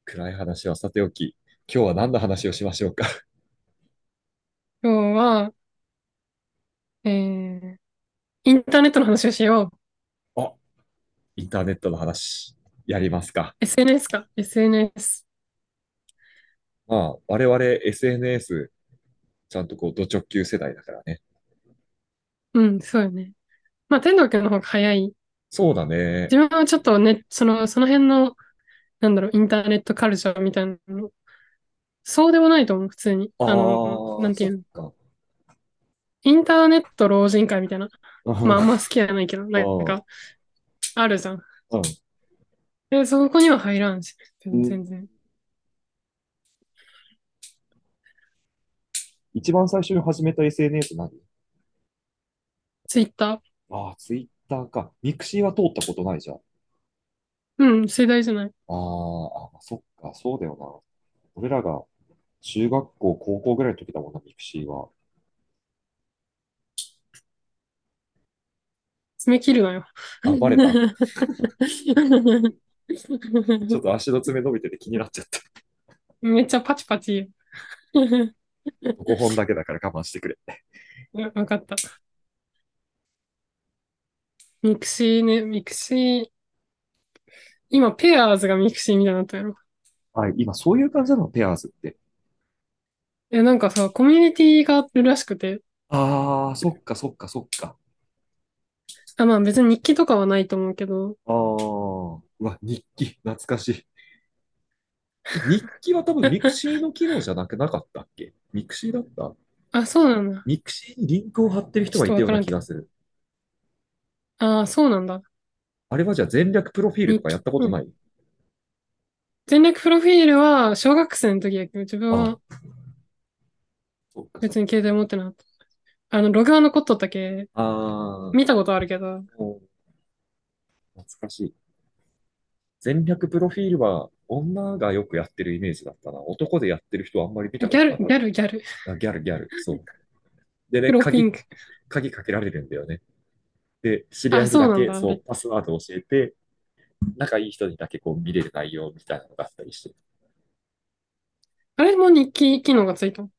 Speaker 2: 暗い話はさておき、今日は何の話をしましょうか。 [laughs]
Speaker 1: 今日は、えー、インターネットの話をしよう。
Speaker 2: あ、インターネットの話、やりますか。
Speaker 1: SNS か。SNS。
Speaker 2: まあ、我々 SNS、ちゃんとこう、ド直球世代だからね。
Speaker 1: うん、そうよね。まあ、天童君の方が早い。
Speaker 2: そうだね。
Speaker 1: 自分はちょっとね、その、その辺の、なんだろう、インターネットカルチャーみたいなの、そうでもないと思う、普通に。
Speaker 2: あ
Speaker 1: あの、な
Speaker 2: あ、
Speaker 1: んてい
Speaker 2: そうっ
Speaker 1: の、
Speaker 2: か。
Speaker 1: インターネット老人会みたいな。
Speaker 2: あ
Speaker 1: まあ、あん
Speaker 2: ー
Speaker 1: ま好きじゃないけど、
Speaker 2: あ
Speaker 1: なん
Speaker 2: ー、
Speaker 1: か、あるじゃん。
Speaker 2: うん。
Speaker 1: で、そこには入らんし、
Speaker 2: うん
Speaker 1: 全然。
Speaker 2: 一番最初に始めた SNS 何
Speaker 1: ツイッター。
Speaker 2: ああ、ツイッターか。ミクシーは通ったことないじゃん。
Speaker 1: うん、世代じゃない。
Speaker 2: あーあ、そっか、そうだよな。俺らが中学校、高校ぐらいの時だもんな、ミクシーは。
Speaker 1: 爪切るなよ。 [laughs]
Speaker 2: あ、バレた。ちょっと足の爪伸びてて気になっちゃった。
Speaker 1: めっちゃパチパチ言う。
Speaker 2: 5本だけだから我慢してくれ。
Speaker 1: うんわかった。ミクシーね、ミクシー。今、ペアーズがミクシーみたいになったやろ。
Speaker 2: はい、今そういう感じなの、ペアーズって。
Speaker 1: え、なんかさ、コミュニティがあるらしくて、
Speaker 2: ああ、そっか、そっか、そっか。
Speaker 1: あ、まあ別に日記とかはないと思うけど、
Speaker 2: ああ、うわ、日記、懐かしい。日記は多分ミクシーの機能じゃなくなかったっけミクシーだった
Speaker 1: あ、そうなんだ。
Speaker 2: ミクシーにリンクを貼ってる人
Speaker 1: ちょっ
Speaker 2: が
Speaker 1: と
Speaker 2: いた
Speaker 1: わか
Speaker 2: ような
Speaker 1: らん
Speaker 2: 気
Speaker 1: け
Speaker 2: が
Speaker 1: ど。
Speaker 2: する。
Speaker 1: ああ、そうなんだ。
Speaker 2: あれはじゃあ全略プロフィールと
Speaker 1: 日
Speaker 2: かや
Speaker 1: 記。
Speaker 2: ったこ
Speaker 1: う
Speaker 2: と
Speaker 1: ん。
Speaker 2: ない
Speaker 1: 全力プロフィールは小学生の時やけど、自分
Speaker 2: ああ、
Speaker 1: は
Speaker 2: そうか、そう
Speaker 1: 別
Speaker 2: か。
Speaker 1: に携帯持ってなかった。あの、ログは残っとったけ、
Speaker 2: ああ、
Speaker 1: 見たことあるけど、
Speaker 2: もう懐かしい。全略プロフィールは女がよくやってるイメージだったな。男でやってる人はあんまり
Speaker 1: ギ
Speaker 2: 見たこと
Speaker 1: ャ
Speaker 2: な
Speaker 1: ル、
Speaker 2: かっ
Speaker 1: ギャル、ギャル。
Speaker 2: た。あギャル、ギャル、そう。 [laughs] で
Speaker 1: プ
Speaker 2: ね、
Speaker 1: ロピン
Speaker 2: 鍵、
Speaker 1: ク。
Speaker 2: 鍵かけられるんだよね。で、知り合
Speaker 1: あ、
Speaker 2: いに
Speaker 1: そう
Speaker 2: だ
Speaker 1: なん
Speaker 2: け、
Speaker 1: だ。
Speaker 2: そう、
Speaker 1: め
Speaker 2: パスワードを教えて、仲いい人にだけこう見れる内容みたいなのがあったりして。
Speaker 1: あれも日記機能がついたの。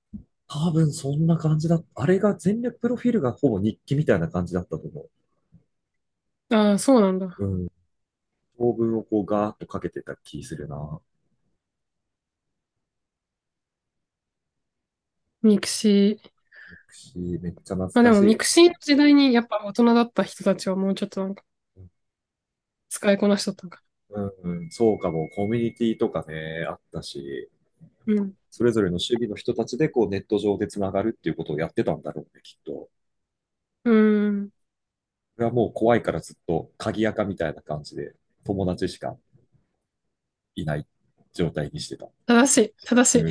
Speaker 2: 多分そんな感じだ。あれが全略プロフィールがほぼ日記みたいな感じだったと思
Speaker 1: ああ、そうなんだ。
Speaker 2: う。うん。長文をこうガーッとかけてた気するな。
Speaker 1: ミクシー。
Speaker 2: しめっちゃ懐
Speaker 1: まあ
Speaker 2: か
Speaker 1: で
Speaker 2: し
Speaker 1: もミ
Speaker 2: い。
Speaker 1: クシーの時代にやっぱ大人だった人たちはもうちょっとなんか
Speaker 2: うん
Speaker 1: 使いこなしとったんか
Speaker 2: うんうん、そうかも。コミュニティとかね、あったし、
Speaker 1: な。うん。
Speaker 2: それぞれの趣味の人たちでこうネット上でつながるっていうことをやってたんだろうね、きっと。こ
Speaker 1: うーん。
Speaker 2: れはもう怖いからずっと鍵垢みたいな感じで友達しかいない状態にしてた。
Speaker 1: 正しい。正し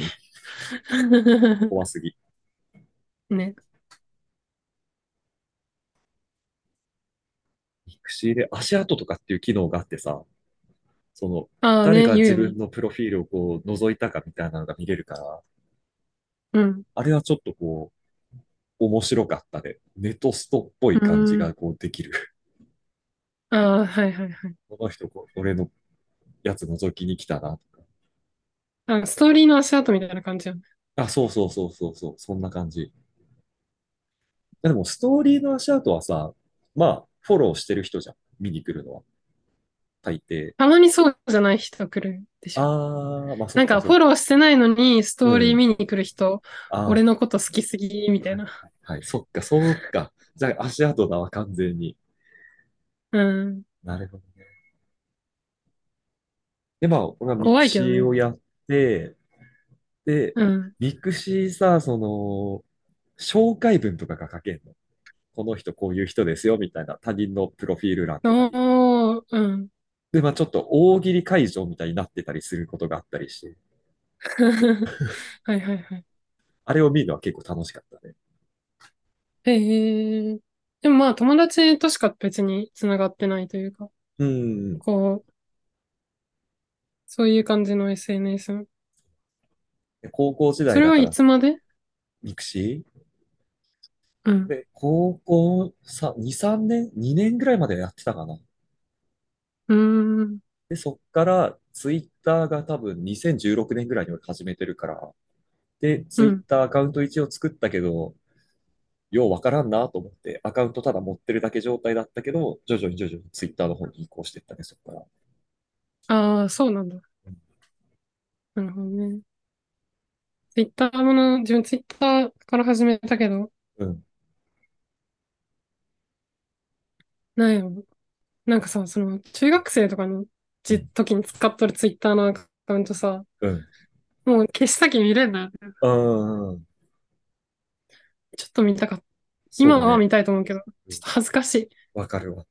Speaker 2: うん、怖すぎ。
Speaker 1: い。 [laughs] ね。
Speaker 2: ミクシーで足跡とかっていう機能があってさ、その、
Speaker 1: ああ
Speaker 2: 誰
Speaker 1: ね、
Speaker 2: が
Speaker 1: 言う
Speaker 2: 自
Speaker 1: よね。
Speaker 2: 分のプロフィールをこう覗いたかみたいなのが見れるから、
Speaker 1: うん。
Speaker 2: あれはちょっとこう、面白かったね。ネトストっぽいう感じ
Speaker 1: ーん。
Speaker 2: がこうできる。
Speaker 1: ああ、はいはいはい。
Speaker 2: この人こう、俺のやつ覗きに来たなとか。
Speaker 1: あ、ストーリーの足跡みたいな感じよね。
Speaker 2: あ、そうそうそうそうそう、そんな感じ。でも、ストーリーの足跡はさ、まあ、フォローしてる人じゃん、見に来るのは。大抵。
Speaker 1: たまにそうじゃない人来るでしょ。
Speaker 2: ああ、まあ、
Speaker 1: なんかフォ
Speaker 2: ロ
Speaker 1: ローしてないのにストーリ
Speaker 2: う
Speaker 1: ー
Speaker 2: ん
Speaker 1: 見に来る人、
Speaker 2: ー
Speaker 1: 俺のこと好きすぎ、みたいな。
Speaker 2: はい、そっか、そうか。じゃあ、足跡だわ、完全に。
Speaker 1: うん。
Speaker 2: なるほどね。で、まあ、俺はミ
Speaker 1: 怖
Speaker 2: ク
Speaker 1: いけ
Speaker 2: シ
Speaker 1: どね
Speaker 2: ーをやって、で、
Speaker 1: うん。
Speaker 2: ミクシーさ、その、紹介文とかが書けんの。この人こういう人ですよ、みたいな他人のプロフィール欄とかに
Speaker 1: おー、うん。
Speaker 2: で、まあちょっと大喜利会場みたいになってたりすることがあったりして、
Speaker 1: [laughs] はいはいはい。
Speaker 2: あれを見るのは結構楽しかったね。
Speaker 1: へえ。でもまあ友達としか別に繋がってないというか、
Speaker 2: うん。
Speaker 1: こう、そういう感じの SNS の。
Speaker 2: 高校時代
Speaker 1: それ
Speaker 2: だ
Speaker 1: は
Speaker 2: か
Speaker 1: い
Speaker 2: ら、
Speaker 1: つまで
Speaker 2: ミクシ
Speaker 1: うん
Speaker 2: ー。で、高校さ、2、3年 ?2 年ぐらいまでやってたかな。
Speaker 1: うーん。
Speaker 2: で、そっから、ツイッターが多分2016年ぐらいに俺始めてるから、で、ツイッターアカウント一応作ったけど、ようわからんなと思って、アカウントただ持ってるだけ状態だったけど、徐々に徐々にツイッターの方に移行していったね、そっから。
Speaker 1: ああ、そうなんだ。なるほどね。ツイッターもの、自分ツイッターから始めたけど、
Speaker 2: うん。
Speaker 1: なんやろ。なんかさ、その、中学生とかのじ時に使っとるツイッターのアカウントさ、
Speaker 2: うん。
Speaker 1: もう消し先見れんな。
Speaker 2: うんうん。
Speaker 1: ちょっと見たかった。
Speaker 2: そう
Speaker 1: 今
Speaker 2: だ
Speaker 1: は
Speaker 2: ね。
Speaker 1: 見たいと思うけど、ちょっと恥ずかしい。
Speaker 2: わかるわ。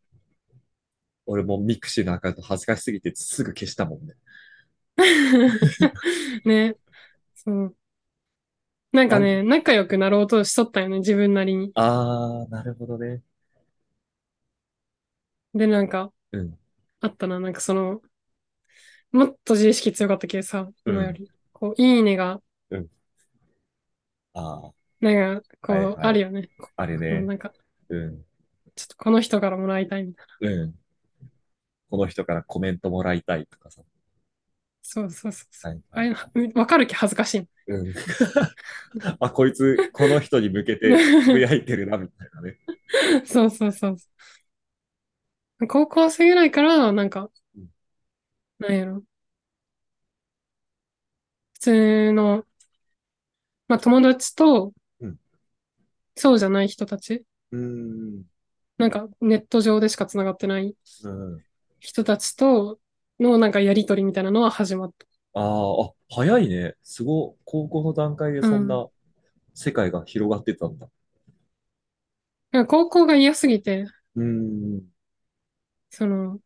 Speaker 2: 俺もミクシーのアカウント恥ずかしすぎてすぐ消したもんね。
Speaker 1: ね。そう。なんかね、仲良くなろうとしとったよね、自分なりに。
Speaker 2: あー、なるほどね。
Speaker 1: で、なんか、
Speaker 2: うん。
Speaker 1: あったな、なんかその、もっと自意識強かったけどさ、
Speaker 2: うん
Speaker 1: 今より。こう、いいねが、
Speaker 2: あ
Speaker 1: なんか、こう、
Speaker 2: はいはい
Speaker 1: あるよね。
Speaker 2: ー、あれ
Speaker 1: こう
Speaker 2: ね。
Speaker 1: なんか、
Speaker 2: うん。
Speaker 1: ちょっとこの人からもらいたいみたいな。
Speaker 2: うん。この人からコメントもらいたいとかさ。
Speaker 1: そうそうそうそう。
Speaker 2: はい
Speaker 1: あ
Speaker 2: はい。
Speaker 1: れな、わかる気恥ずかしい。
Speaker 2: うん [laughs] あ、こいつ、この人に向けてつぶやいてるな、みたいなね。
Speaker 1: [laughs] そうそうそうそう。高校生ぐらいから、なんか
Speaker 2: うん、
Speaker 1: なんやろ。普通の、まあ友達と
Speaker 2: うん、
Speaker 1: そうじゃない人たち、
Speaker 2: うーん。
Speaker 1: なんかネット上でしか繋がってない
Speaker 2: うん。
Speaker 1: 人たちとのなんかやりとりみたいなのは始まっ
Speaker 2: あーあ、早いね。すごい。高校の段階でそん
Speaker 1: う
Speaker 2: な世界が広がってたんだ。
Speaker 1: た。なんか高校が嫌すぎて、
Speaker 2: うーん。
Speaker 1: その、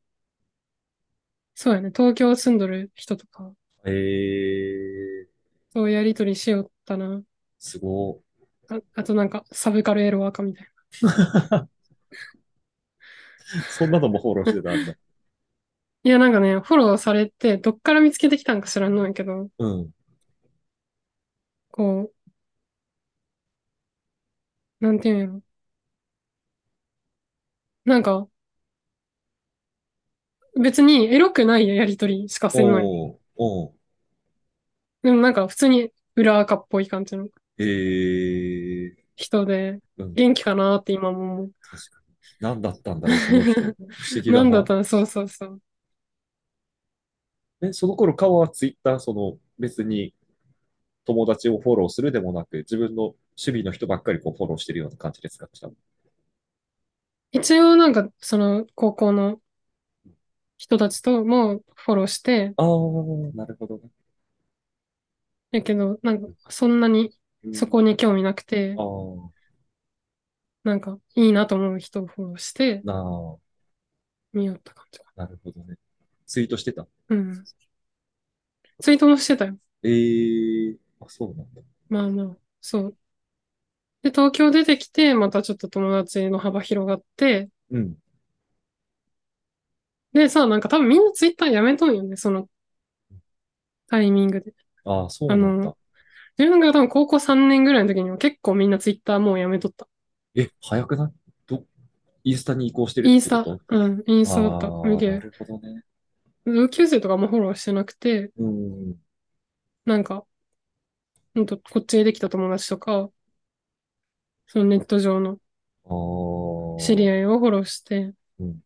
Speaker 1: そうやね、東京住んどる人とか
Speaker 2: えー、
Speaker 1: とやりとりしよったな。
Speaker 2: すご
Speaker 1: あ、あとなんかサブカルエロアカみたいな。
Speaker 2: [laughs] い。そんなのもフォローしてたんだ。
Speaker 1: いや、なんかね、フォローされて、どっから見つけてきたんか知らんのやけど、
Speaker 2: うん。
Speaker 1: こう、なんていうんやろ。なんか、別にエロくないやりとりしかせんのよ。
Speaker 2: おーおー
Speaker 1: でもなんか普通に裏垢っぽい感じの
Speaker 2: えー、
Speaker 1: 人で、
Speaker 2: うん、
Speaker 1: 元気かなって今も思う。
Speaker 2: 確かに。何だったんだろう、そ
Speaker 1: [laughs]
Speaker 2: の人。不思議だ
Speaker 1: なんだ
Speaker 2: な
Speaker 1: っ。たのそうそうそう。
Speaker 2: え、その頃、顔はツイッター、その別に友達をフォローするでもなく、自分の趣味の人ばっかりこうフォローしてるような感じで使ってたの。
Speaker 1: 一応なんか、その高校の人たちともフォローして、
Speaker 2: ああ、なるほどね。
Speaker 1: やけど、なんかそんなに
Speaker 2: うん
Speaker 1: そこに興味なくて、
Speaker 2: ああ、
Speaker 1: なんか、いいなと思う人をフォローして
Speaker 2: なあ、
Speaker 1: 見よった感じか
Speaker 2: なるほどね。ツイートしてた。
Speaker 1: な。うん。ツイートもしてたよ。
Speaker 2: ええあ、そうなんだ。
Speaker 1: まあまあ、そう。で、東京出てきて、またちょっと友達の幅広がって、
Speaker 2: うん。
Speaker 1: でさ、なんか多分みんなツイッターやめとんよね、そのタイミングで。
Speaker 2: ああ、そうなんだ。
Speaker 1: 自分が多分高校3年ぐらいの時には結構みんなツイッターもうやめとった。
Speaker 2: え、早くないど、インスタに移行してる
Speaker 1: イン
Speaker 2: っ
Speaker 1: ス
Speaker 2: て
Speaker 1: タ
Speaker 2: こ、と
Speaker 1: うん、インスタだった。
Speaker 2: ああ、
Speaker 1: 見
Speaker 2: な
Speaker 1: て、
Speaker 2: るほどね。
Speaker 1: 同級生とかもフォローしてなくて、
Speaker 2: うん。
Speaker 1: なんか、ほんと、こっちへできた友達とか、そのネット上の
Speaker 2: ああ、
Speaker 1: 知り合いをフォローして
Speaker 2: うん、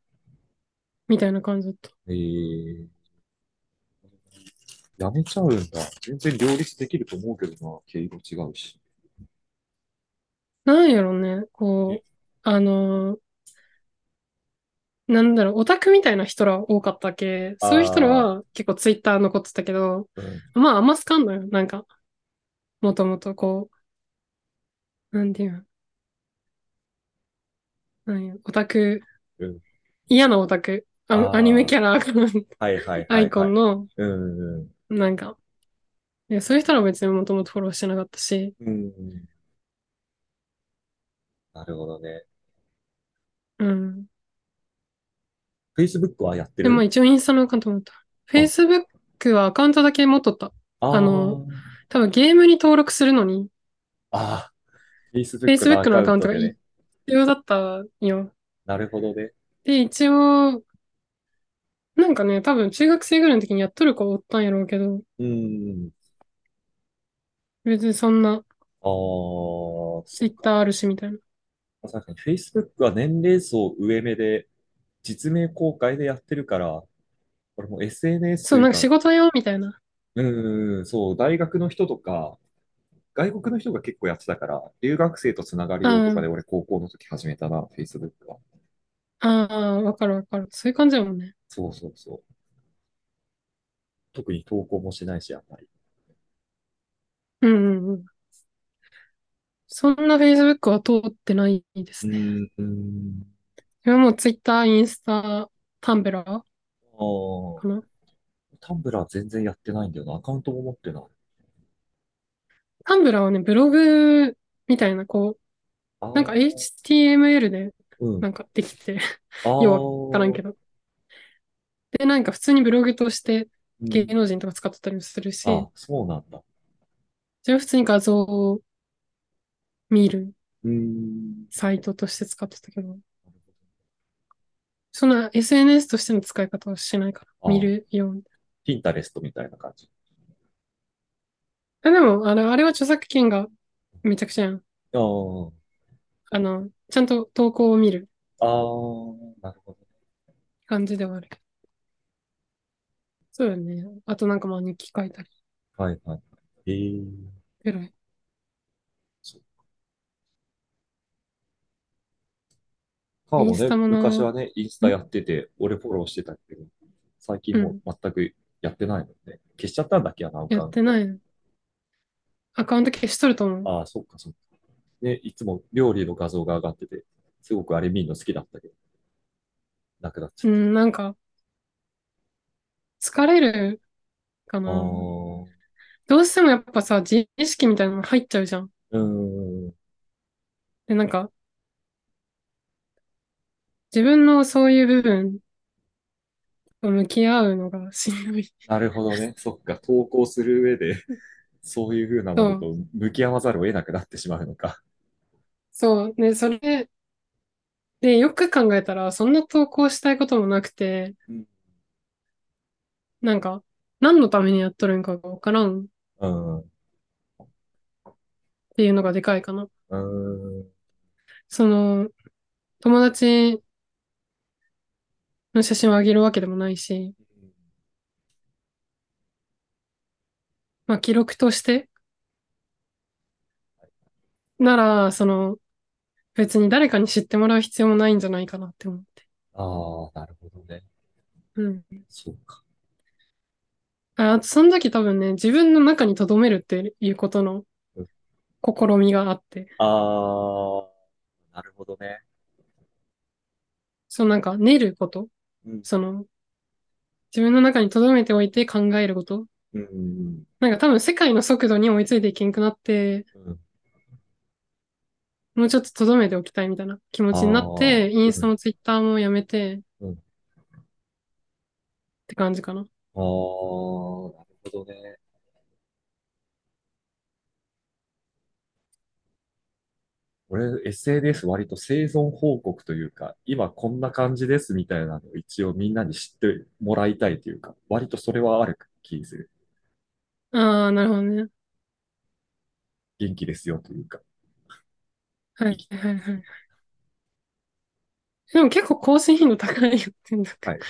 Speaker 1: みたいな感じだった。
Speaker 2: えー、やめちゃうんだ。全然両立できると思うけどな、敬語違うし。
Speaker 1: なんやろね、こう、あのーなんだろう、オタクみたいな人ら多かったけ、そういう人らは結構ツイッター残ってたけど、
Speaker 2: うん
Speaker 1: まああんま好かんのよ、なんか。もともとこう、なんていうの。なんや、オタク
Speaker 2: うん、
Speaker 1: 嫌なオタク、あ
Speaker 2: あー
Speaker 1: アニメキャラかな
Speaker 2: はいはいはい、は
Speaker 1: ア
Speaker 2: い。
Speaker 1: イコンの、
Speaker 2: うんう
Speaker 1: なんか、いやそういう人らは別にもともとフォローしてなかったし、
Speaker 2: ん。うん。なるほどね。
Speaker 1: うん。
Speaker 2: Facebook はやって
Speaker 1: で
Speaker 2: る
Speaker 1: も一応インスタのアカウント持った。Facebook はアカウントだけ持っとった。
Speaker 2: あー
Speaker 1: あの、多分ゲームに登録するのに
Speaker 2: あー、
Speaker 1: Facebook
Speaker 2: Facebook
Speaker 1: のアカウントが
Speaker 2: でね。
Speaker 1: 必要だったんよ。
Speaker 2: なるほどね。
Speaker 1: で、一応、なんかね、多分中学生ぐらいの時にやっとる子おったんやろうけど、
Speaker 2: うん。
Speaker 1: 別にそんな
Speaker 2: ああ、そっか
Speaker 1: Twitter あるしみたいな。
Speaker 2: 確かに Facebook は年齢層上目で、実名公開でやってるから、俺も SNS
Speaker 1: そう、
Speaker 2: とい
Speaker 1: なん
Speaker 2: う
Speaker 1: か
Speaker 2: か
Speaker 1: 仕事用みたいな。
Speaker 2: うんうん、そう、大学の人とか、外国の人が結構やってたから、留学生とつながりようとかで俺高校の時始めたな、Facebook は。
Speaker 1: ああ、わかるわかる。そういう感じやもんね。
Speaker 2: そうそうそう。特に投稿もしないし、あんまり。
Speaker 1: うんうんうん。そんな Facebook は通ってないです
Speaker 2: う
Speaker 1: ね。
Speaker 2: ん、うん。
Speaker 1: 今もう Twitter、インスタ、タンブラーか
Speaker 2: ああ、
Speaker 1: な。
Speaker 2: タンブラー全然やってないんだよな。アカウントも持ってない。
Speaker 1: タンブラーはね、ブログみたいな、こ
Speaker 2: ああ、
Speaker 1: う、なんか HTML で
Speaker 2: うん。
Speaker 1: なんかできて、
Speaker 2: ああ、
Speaker 1: よわからんけど。で、なんか普通にブログとして
Speaker 2: うん
Speaker 1: 芸能人とか使ってたりもするし、
Speaker 2: あ、そうなんだ。
Speaker 1: 自分は普通に画像を見る
Speaker 2: うん。
Speaker 1: サイトとして使ってたけど、そんな SNS としての使い方はしてないか
Speaker 2: あ
Speaker 1: ら、見るように。
Speaker 2: ピンタレストみたいな感じ。
Speaker 1: あ、でも、あれ、あれは著作権がめちゃくちゃやん。
Speaker 2: ああ、
Speaker 1: あの、ちゃんと投稿を見る
Speaker 2: ああ、なるほど。
Speaker 1: 感じではあるけど。そうよね。あとなんかまあ日記書いたり
Speaker 2: はいはい。ええ。
Speaker 1: ぐらい。
Speaker 2: かも
Speaker 1: インス
Speaker 2: ね、
Speaker 1: タもな
Speaker 2: 昔はね、インスタやってて、俺フォローしてたけど、最近もう全くやってないもんね。消しちゃったんだっけやな、アカ
Speaker 1: や
Speaker 2: ウン
Speaker 1: っ
Speaker 2: ト
Speaker 1: てないの。アカウント消しとると思う。
Speaker 2: ああ、そっかそっか。ね、いつも料理の画像が上がってて、すごくあれ見るの好きだったけど、なくなっち
Speaker 1: う
Speaker 2: ゃっ
Speaker 1: ん、なんか、疲れるか
Speaker 2: た。
Speaker 1: な。
Speaker 2: ああ、
Speaker 1: どうしてもやっぱさ、自意識みたいなの入っちゃうじゃん。
Speaker 2: うん、
Speaker 1: で、なんか、自分のそういう部分と向き合うのがしんどい。
Speaker 2: なるほどね。そっか、投稿する上で、そういうふうなものと向き合わざるを得なくなってしまうのか。
Speaker 1: そう。ね、それで、よく考えたら、そんな投稿したいこともなくて、
Speaker 2: うん、
Speaker 1: なんか、何のためにやっとるんかがわからんっ
Speaker 2: うん、
Speaker 1: ていうのがでかいかな。
Speaker 2: うん、
Speaker 1: その、友達の写真をあげるわけでもないし、まあ記録としてなら、その、別に誰かに知ってもらう必要もないんじゃないかなって思って。
Speaker 2: ああ、なるほどね。
Speaker 1: うん。
Speaker 2: そうか。
Speaker 1: あ、あとその時多分ね、自分の中に留めるっていうことの
Speaker 2: うん
Speaker 1: 試みがあって、
Speaker 2: ああ、なるほどね。
Speaker 1: そのなんか練ること、
Speaker 2: うん
Speaker 1: その、自分の中に留めておいて考えること、
Speaker 2: うん。
Speaker 1: なんか多分世界の速度に追いついていけんくなって、
Speaker 2: うん。
Speaker 1: もうちょっと留めておきたいみたいな気持ちになって、インスタもツイッターもやめて、
Speaker 2: うん
Speaker 1: って感じかな。
Speaker 2: ああ、なるほどね。俺、SNS 割と生存報告というか、今こんな感じですみたいなのを一応みんなに知ってもらいたいというか、割とそれはある気する。
Speaker 1: ああ、なるほどね。
Speaker 2: 元気ですよというか。
Speaker 1: はい、はい、はい。でも結構更新頻度高いよ、天童くん。
Speaker 2: はい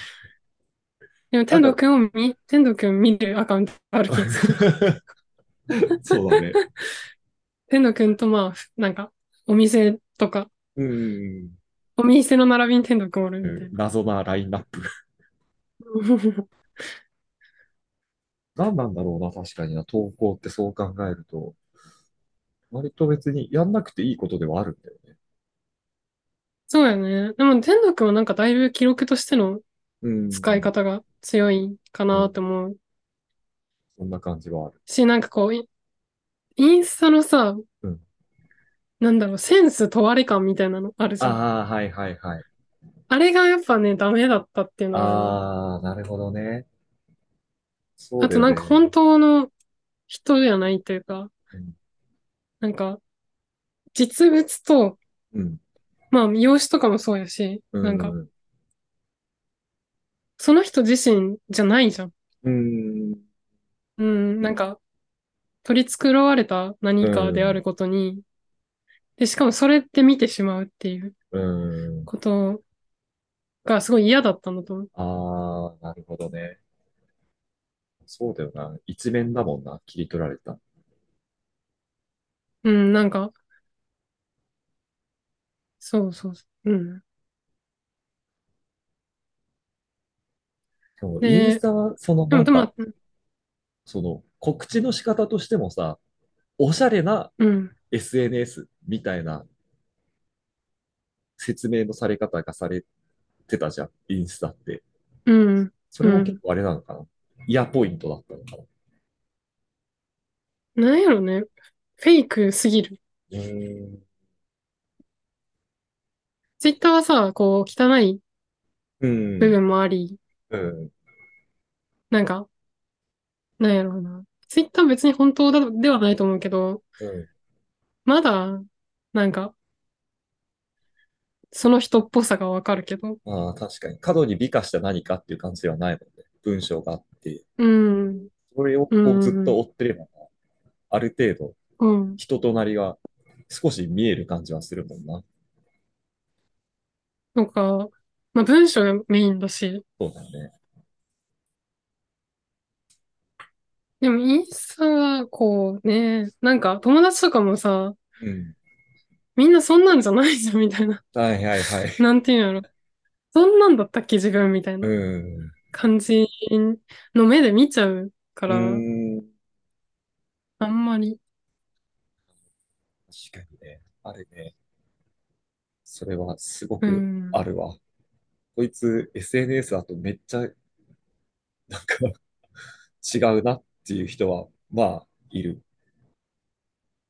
Speaker 1: でも天童くんを見、天童くん見るアカウントあるけど、
Speaker 2: [laughs] そうだね。
Speaker 1: 天童くんとまあ、なんか、お店とか、
Speaker 2: うんうん
Speaker 1: お店の並びに天童くんおる
Speaker 2: うん
Speaker 1: みた
Speaker 2: う
Speaker 1: い
Speaker 2: ん。謎なラインナップ。
Speaker 1: な。
Speaker 2: 何なんだろうな、確かにな。投稿ってそう考えると、割と別にやんなくていいことではあるんだよね。
Speaker 1: [laughs] そうやね。でも天童くんはなんかだいぶ記録としての
Speaker 2: うん。
Speaker 1: 使い方が強いかなって思う
Speaker 2: そんな感じはある。
Speaker 1: し、なんかこう、インインスタのさ
Speaker 2: うん、
Speaker 1: なんだろう、センス問われ感みたいなのあるじゃん。
Speaker 2: ああ、はいはいはい。
Speaker 1: あれがやっぱね、ダメだったっていうのは、
Speaker 2: ああ、なるほどね。そう
Speaker 1: あ
Speaker 2: だ
Speaker 1: と
Speaker 2: よ
Speaker 1: なん
Speaker 2: ね。
Speaker 1: か本当の人じゃないというか
Speaker 2: うん、なん
Speaker 1: なんか、実物と、
Speaker 2: うん。
Speaker 1: まあ、容姿とかもそうやし、
Speaker 2: うん。
Speaker 1: なんか、その人自身じゃないじゃん。
Speaker 2: うん。
Speaker 1: うん、なんか、取り繕われた何かであることに、で、しかもそれって見てしまうっていう
Speaker 2: うん。
Speaker 1: ことがすごい嫌だったんだと思う。
Speaker 2: ああ、なるほどね。そうだよな。一面だもんな。切り取られた。
Speaker 1: うん、なんか、そうそうそう、うん。
Speaker 2: でも
Speaker 1: ね
Speaker 2: インスタは、その
Speaker 1: でも、
Speaker 2: なん
Speaker 1: でも
Speaker 2: か、、その告知の仕方としてもさ、おしゃれな
Speaker 1: うん。
Speaker 2: SNS みたいな説明のされ方がされてたじゃん。インスタって。
Speaker 1: うん。
Speaker 2: それも結構あれなのかな。イヤポイントだったのかな。
Speaker 1: なんやろね。フェイクすぎる。
Speaker 2: うん。
Speaker 1: ツイッターはさ、こう、汚い
Speaker 2: うん。
Speaker 1: 部分もあり、
Speaker 2: うん。
Speaker 1: なんか、なんやろうな。ツイッター別に本当だではないと思うけど、
Speaker 2: うん。
Speaker 1: まだ、なんか、その人っぽさがわかるけど、
Speaker 2: まあ確かに。過度に美化した何かっていう感じではないもんね。文章があって。
Speaker 1: うん、
Speaker 2: それをこうずっと追ってれば、ある程度
Speaker 1: うん、
Speaker 2: 人となりが少し見える感じはするもんな。
Speaker 1: とか、まあ文章がメインだし、
Speaker 2: そうだよね。
Speaker 1: でもインスタはこうね、なんか友達とかもさ、
Speaker 2: うん。
Speaker 1: みんなそんなんじゃないじゃんみたいな、
Speaker 2: はいはいはい。
Speaker 1: なんていうんやろ。そんなんだったっけ自分みたいな。
Speaker 2: うん。
Speaker 1: 感じの目で見ちゃうから、
Speaker 2: うん。
Speaker 1: あんまり。
Speaker 2: 確かにね。あれね。それはすご
Speaker 1: う
Speaker 2: く
Speaker 1: ん。
Speaker 2: あるわ。こいつ SNS だとめっちゃ、なんか違うなっていう人は、まあ、いる。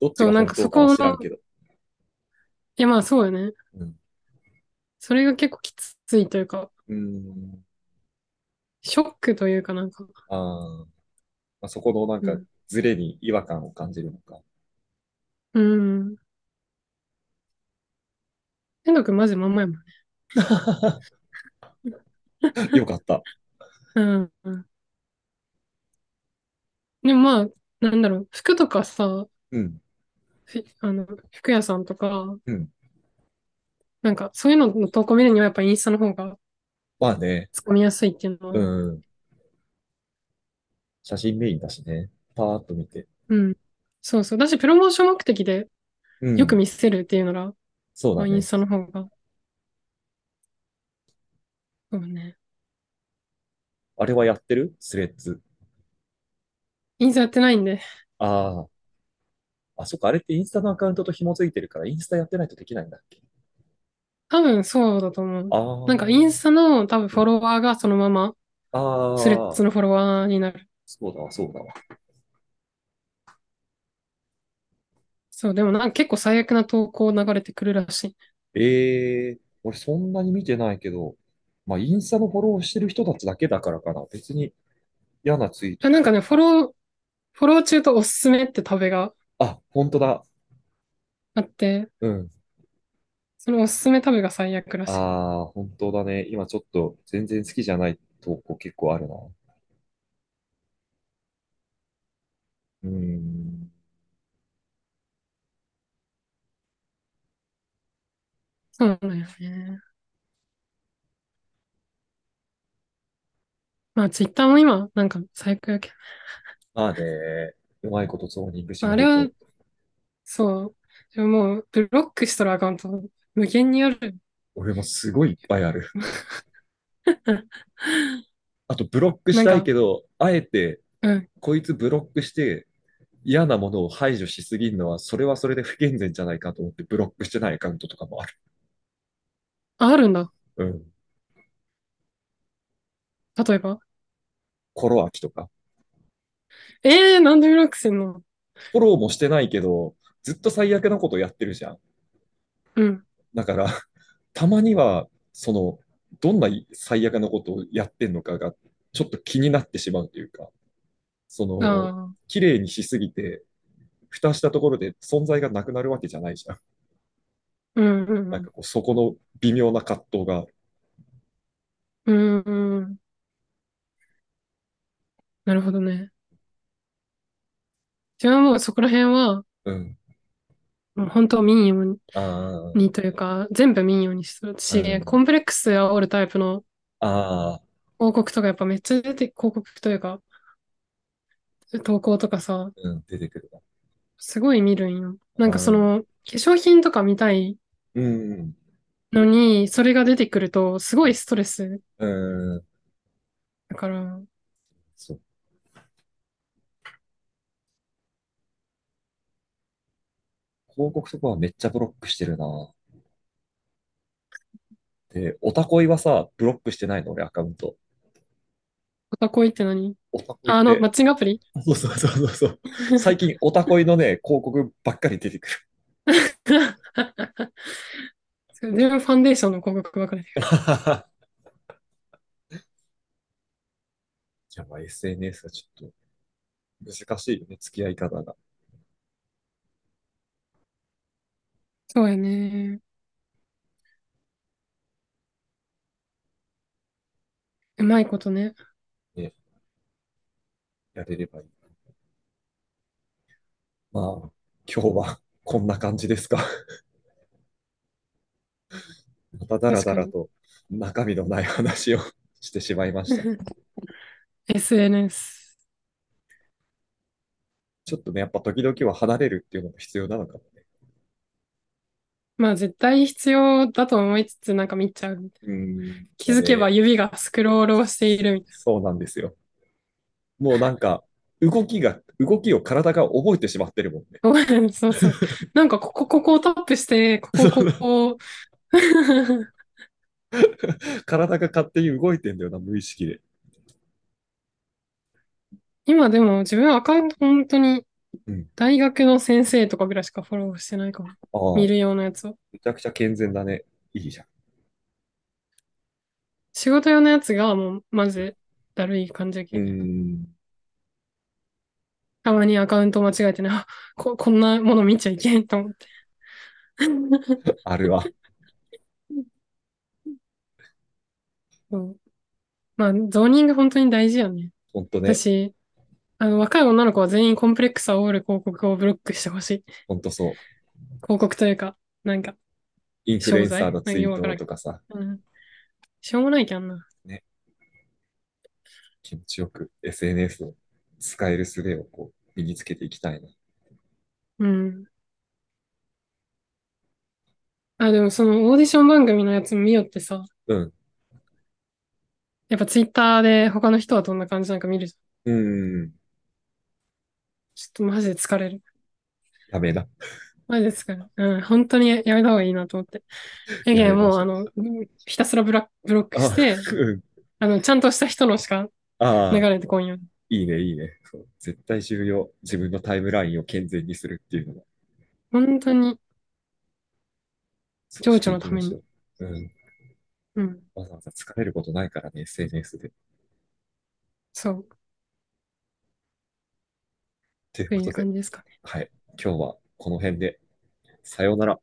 Speaker 2: どっち
Speaker 1: そう
Speaker 2: が
Speaker 1: なん
Speaker 2: 本
Speaker 1: か
Speaker 2: 当かは
Speaker 1: そこの
Speaker 2: 知らんけど。
Speaker 1: いや、まあそうよね。
Speaker 2: うん。
Speaker 1: それが結構きついというか、
Speaker 2: うん。
Speaker 1: ショックというかなんか、
Speaker 2: あーまあ、そこのなん
Speaker 1: う
Speaker 2: か
Speaker 1: ん
Speaker 2: ズレに違和感を感じるのか。
Speaker 1: [laughs] うん。天童くんマジまんまやもんね。
Speaker 2: よかった。
Speaker 1: うん。うんでもまあ、なんだろう、服とかさ、
Speaker 2: うん。
Speaker 1: ふあの、服屋さんとか、
Speaker 2: うん
Speaker 1: なんかそういうのの投稿見るにはやっぱインスタの方が
Speaker 2: まあね。
Speaker 1: つかみやすいっていうのは、
Speaker 2: うん。写真メインだしね。パーッと見て。
Speaker 1: うん。そうそう。だし、プロモーション目的で
Speaker 2: うん
Speaker 1: よく見せるっていうなら、
Speaker 2: そう
Speaker 1: ま
Speaker 2: だ
Speaker 1: あ、
Speaker 2: ね。
Speaker 1: インスタの方が。そうね。
Speaker 2: あれはやってるスレッズ。
Speaker 1: インスタやってないんで。
Speaker 2: ああ。あ、そっか。あれってインスタのアカウントと紐づいてるから、インスタやってないとできないんだっけ
Speaker 1: 多分そうだと思う。
Speaker 2: ああ。
Speaker 1: なんかイン
Speaker 2: ス
Speaker 1: スタの多分フォロワーがそのまま
Speaker 2: タ。ああ。
Speaker 1: スレッズのフォロワーになる。
Speaker 2: そうだわ、そうだわ。
Speaker 1: そう、でもなんか結構最悪な投稿流れてくるらしい。
Speaker 2: ええ俺そんなに見てないけど、まあ、インスタのフォローしてる人たちだけだからかな。別に嫌なツイート。
Speaker 1: あなんかね、フォロー、フォロー中とおすすめってタブが
Speaker 2: あ、本当だ。
Speaker 1: あって、
Speaker 2: うん。
Speaker 1: そのおすすめタブが最悪らしい。
Speaker 2: ああ、本当だね。今ちょっと全然好きじゃない投稿結構あるな。うーん。
Speaker 1: そうなんよね。まあ、ツイッターも今、なんか最悪やけど。
Speaker 2: まあね、うまいことゾーニングし
Speaker 1: まああ
Speaker 2: ない
Speaker 1: れは
Speaker 2: と。
Speaker 1: そう。でももう、ブロックしとるアカウント、無限にある。
Speaker 2: 俺もすごいいっぱいあ
Speaker 1: [laughs]
Speaker 2: る。あと、ブロックしたいけど、あえて、
Speaker 1: うん。
Speaker 2: こいつブロックして、嫌なものを排除しすぎるのは、それはそれで不健全じゃないかと思って、ブロックしてないアカウントとかもある。
Speaker 1: あ、あるんだ。
Speaker 2: うん。
Speaker 1: 例えば。
Speaker 2: コロアキとか。
Speaker 1: えー、なんでブロックせんの
Speaker 2: フォローもしてないけど、ずっと最悪なことやってるじゃん。
Speaker 1: うん。
Speaker 2: だから、 [laughs] たまには、その、どんな最悪なことをやってんのかが、ちょっと気になってしまうというか、その、
Speaker 1: ああ。
Speaker 2: 綺麗にしすぎて、蓋したところで存在がなくなるわけじゃないじゃん。
Speaker 1: うんう
Speaker 2: なん
Speaker 1: ん
Speaker 2: かこう、そこの微妙な葛藤がある。
Speaker 1: うん。うんうん。なるほどね。自分はもうそこら辺は、
Speaker 2: うん。
Speaker 1: もう本当民謡
Speaker 2: あ
Speaker 1: にというか、全部民謡にしてるし、
Speaker 2: うん
Speaker 1: コンプレックス煽るタイプの
Speaker 2: あ、ああ、
Speaker 1: 広告とかやっぱめっちゃ出て、広告というか、投稿とかさ、
Speaker 2: うん、出てくるな。
Speaker 1: すごい見るんよ。なんかその、化粧品とか見たい
Speaker 2: うん、
Speaker 1: のに、それが出てくると、すごいストレス。
Speaker 2: うん、うん
Speaker 1: だから、
Speaker 2: そう。広告とかはめっちゃブロックしてるな。で、オタコイはさ、ブロックしてないの俺アカウント。
Speaker 1: オタコイって何
Speaker 2: オタコイって
Speaker 1: ああの、マッチングアプリ
Speaker 2: そうそうそうそうそ
Speaker 1: [laughs]
Speaker 2: う。最近オタコイのね、広告ばっかり出てくる。 [laughs]
Speaker 1: 自分ファンデーションの広告ばかりで。
Speaker 2: じゃあまあ SNS はちょっと難しいよね、付き合い方が。
Speaker 1: そうやね。うまいことね。
Speaker 2: やれればいい。まあ、今日はこんな感じですか。 [laughs] まただらだらと中身のない話をしてしまいました。
Speaker 1: SNS。
Speaker 2: ちょっとね、やっぱ時々は離れるっていうのも必要なのかもね。
Speaker 1: まあ絶対必要だと思いつつなんか見ちゃう。
Speaker 2: うん
Speaker 1: 気づけば指がスクロールをしているみたい
Speaker 2: そうなんですよ。もうなんか、動きが、動きを体が覚えてしまってるもんね。
Speaker 1: な。そう
Speaker 2: [laughs]
Speaker 1: そう。なんかここ、ここをタップして、ここ、ここ [laughs] を。
Speaker 2: 体が勝手に動いてんだよな、無意識で。
Speaker 1: 今でも自分アカウント本当に
Speaker 2: うん
Speaker 1: 大学の先生とかぐらいしかフォローしてないかも。
Speaker 2: ああ、
Speaker 1: 見
Speaker 2: め
Speaker 1: るようなやつを。
Speaker 2: ちゃくちゃ健全だね。いいじゃん。
Speaker 1: 仕事用のやつがもうマジでだるい感じやけ
Speaker 2: うんん。
Speaker 1: たまにアカウント間違えてね、あこ、こんなもの見ちゃいけんと思って。
Speaker 2: あるわ。
Speaker 1: そうまあ、ゾーニング本当に大事よね。
Speaker 2: ほんとね。
Speaker 1: 私、あの、若い女の子は全員コンプレックス煽る広告をブロックしてほしい。
Speaker 2: ほんとそう。
Speaker 1: 広告というか、なんか、
Speaker 2: インフルエンサーのツイートとかさ、
Speaker 1: うん、しょうもないきゃんな。
Speaker 2: 気持ちよく SNS を使える術をこう身につけていきたいな。
Speaker 1: うん。あ、でもそのオーディション番組のやつ見よってさ、
Speaker 2: うん。
Speaker 1: やっぱツイッターで他の人はどんな感じなんか見るじゃん。
Speaker 2: うん。
Speaker 1: ちょっとマジで疲れる。
Speaker 2: やめな。
Speaker 1: マジで疲れる。うん、本当にやめた方がいいなと思って。やけ
Speaker 2: や
Speaker 1: ん、
Speaker 2: めま
Speaker 1: も
Speaker 2: し
Speaker 1: う、
Speaker 2: た
Speaker 1: あの、ひたすらブラブロックして、
Speaker 2: あ、うん
Speaker 1: あの、ちゃんとした人のしか
Speaker 2: あ
Speaker 1: 流
Speaker 2: ー、
Speaker 1: れてこんように。
Speaker 2: いいね、いいね。そう。絶対重要。自分のタイムラインを健全にするっていうのが。
Speaker 1: 本当に、情緒のために
Speaker 2: そうしていきましょう。うん。
Speaker 1: うん、
Speaker 2: わざわざ疲れることないからね、SNS で。
Speaker 1: そう、
Speaker 2: という
Speaker 1: と
Speaker 2: こ
Speaker 1: いう
Speaker 2: とで、
Speaker 1: 感じですかね。
Speaker 2: はい。今日はこの辺で、さようなら。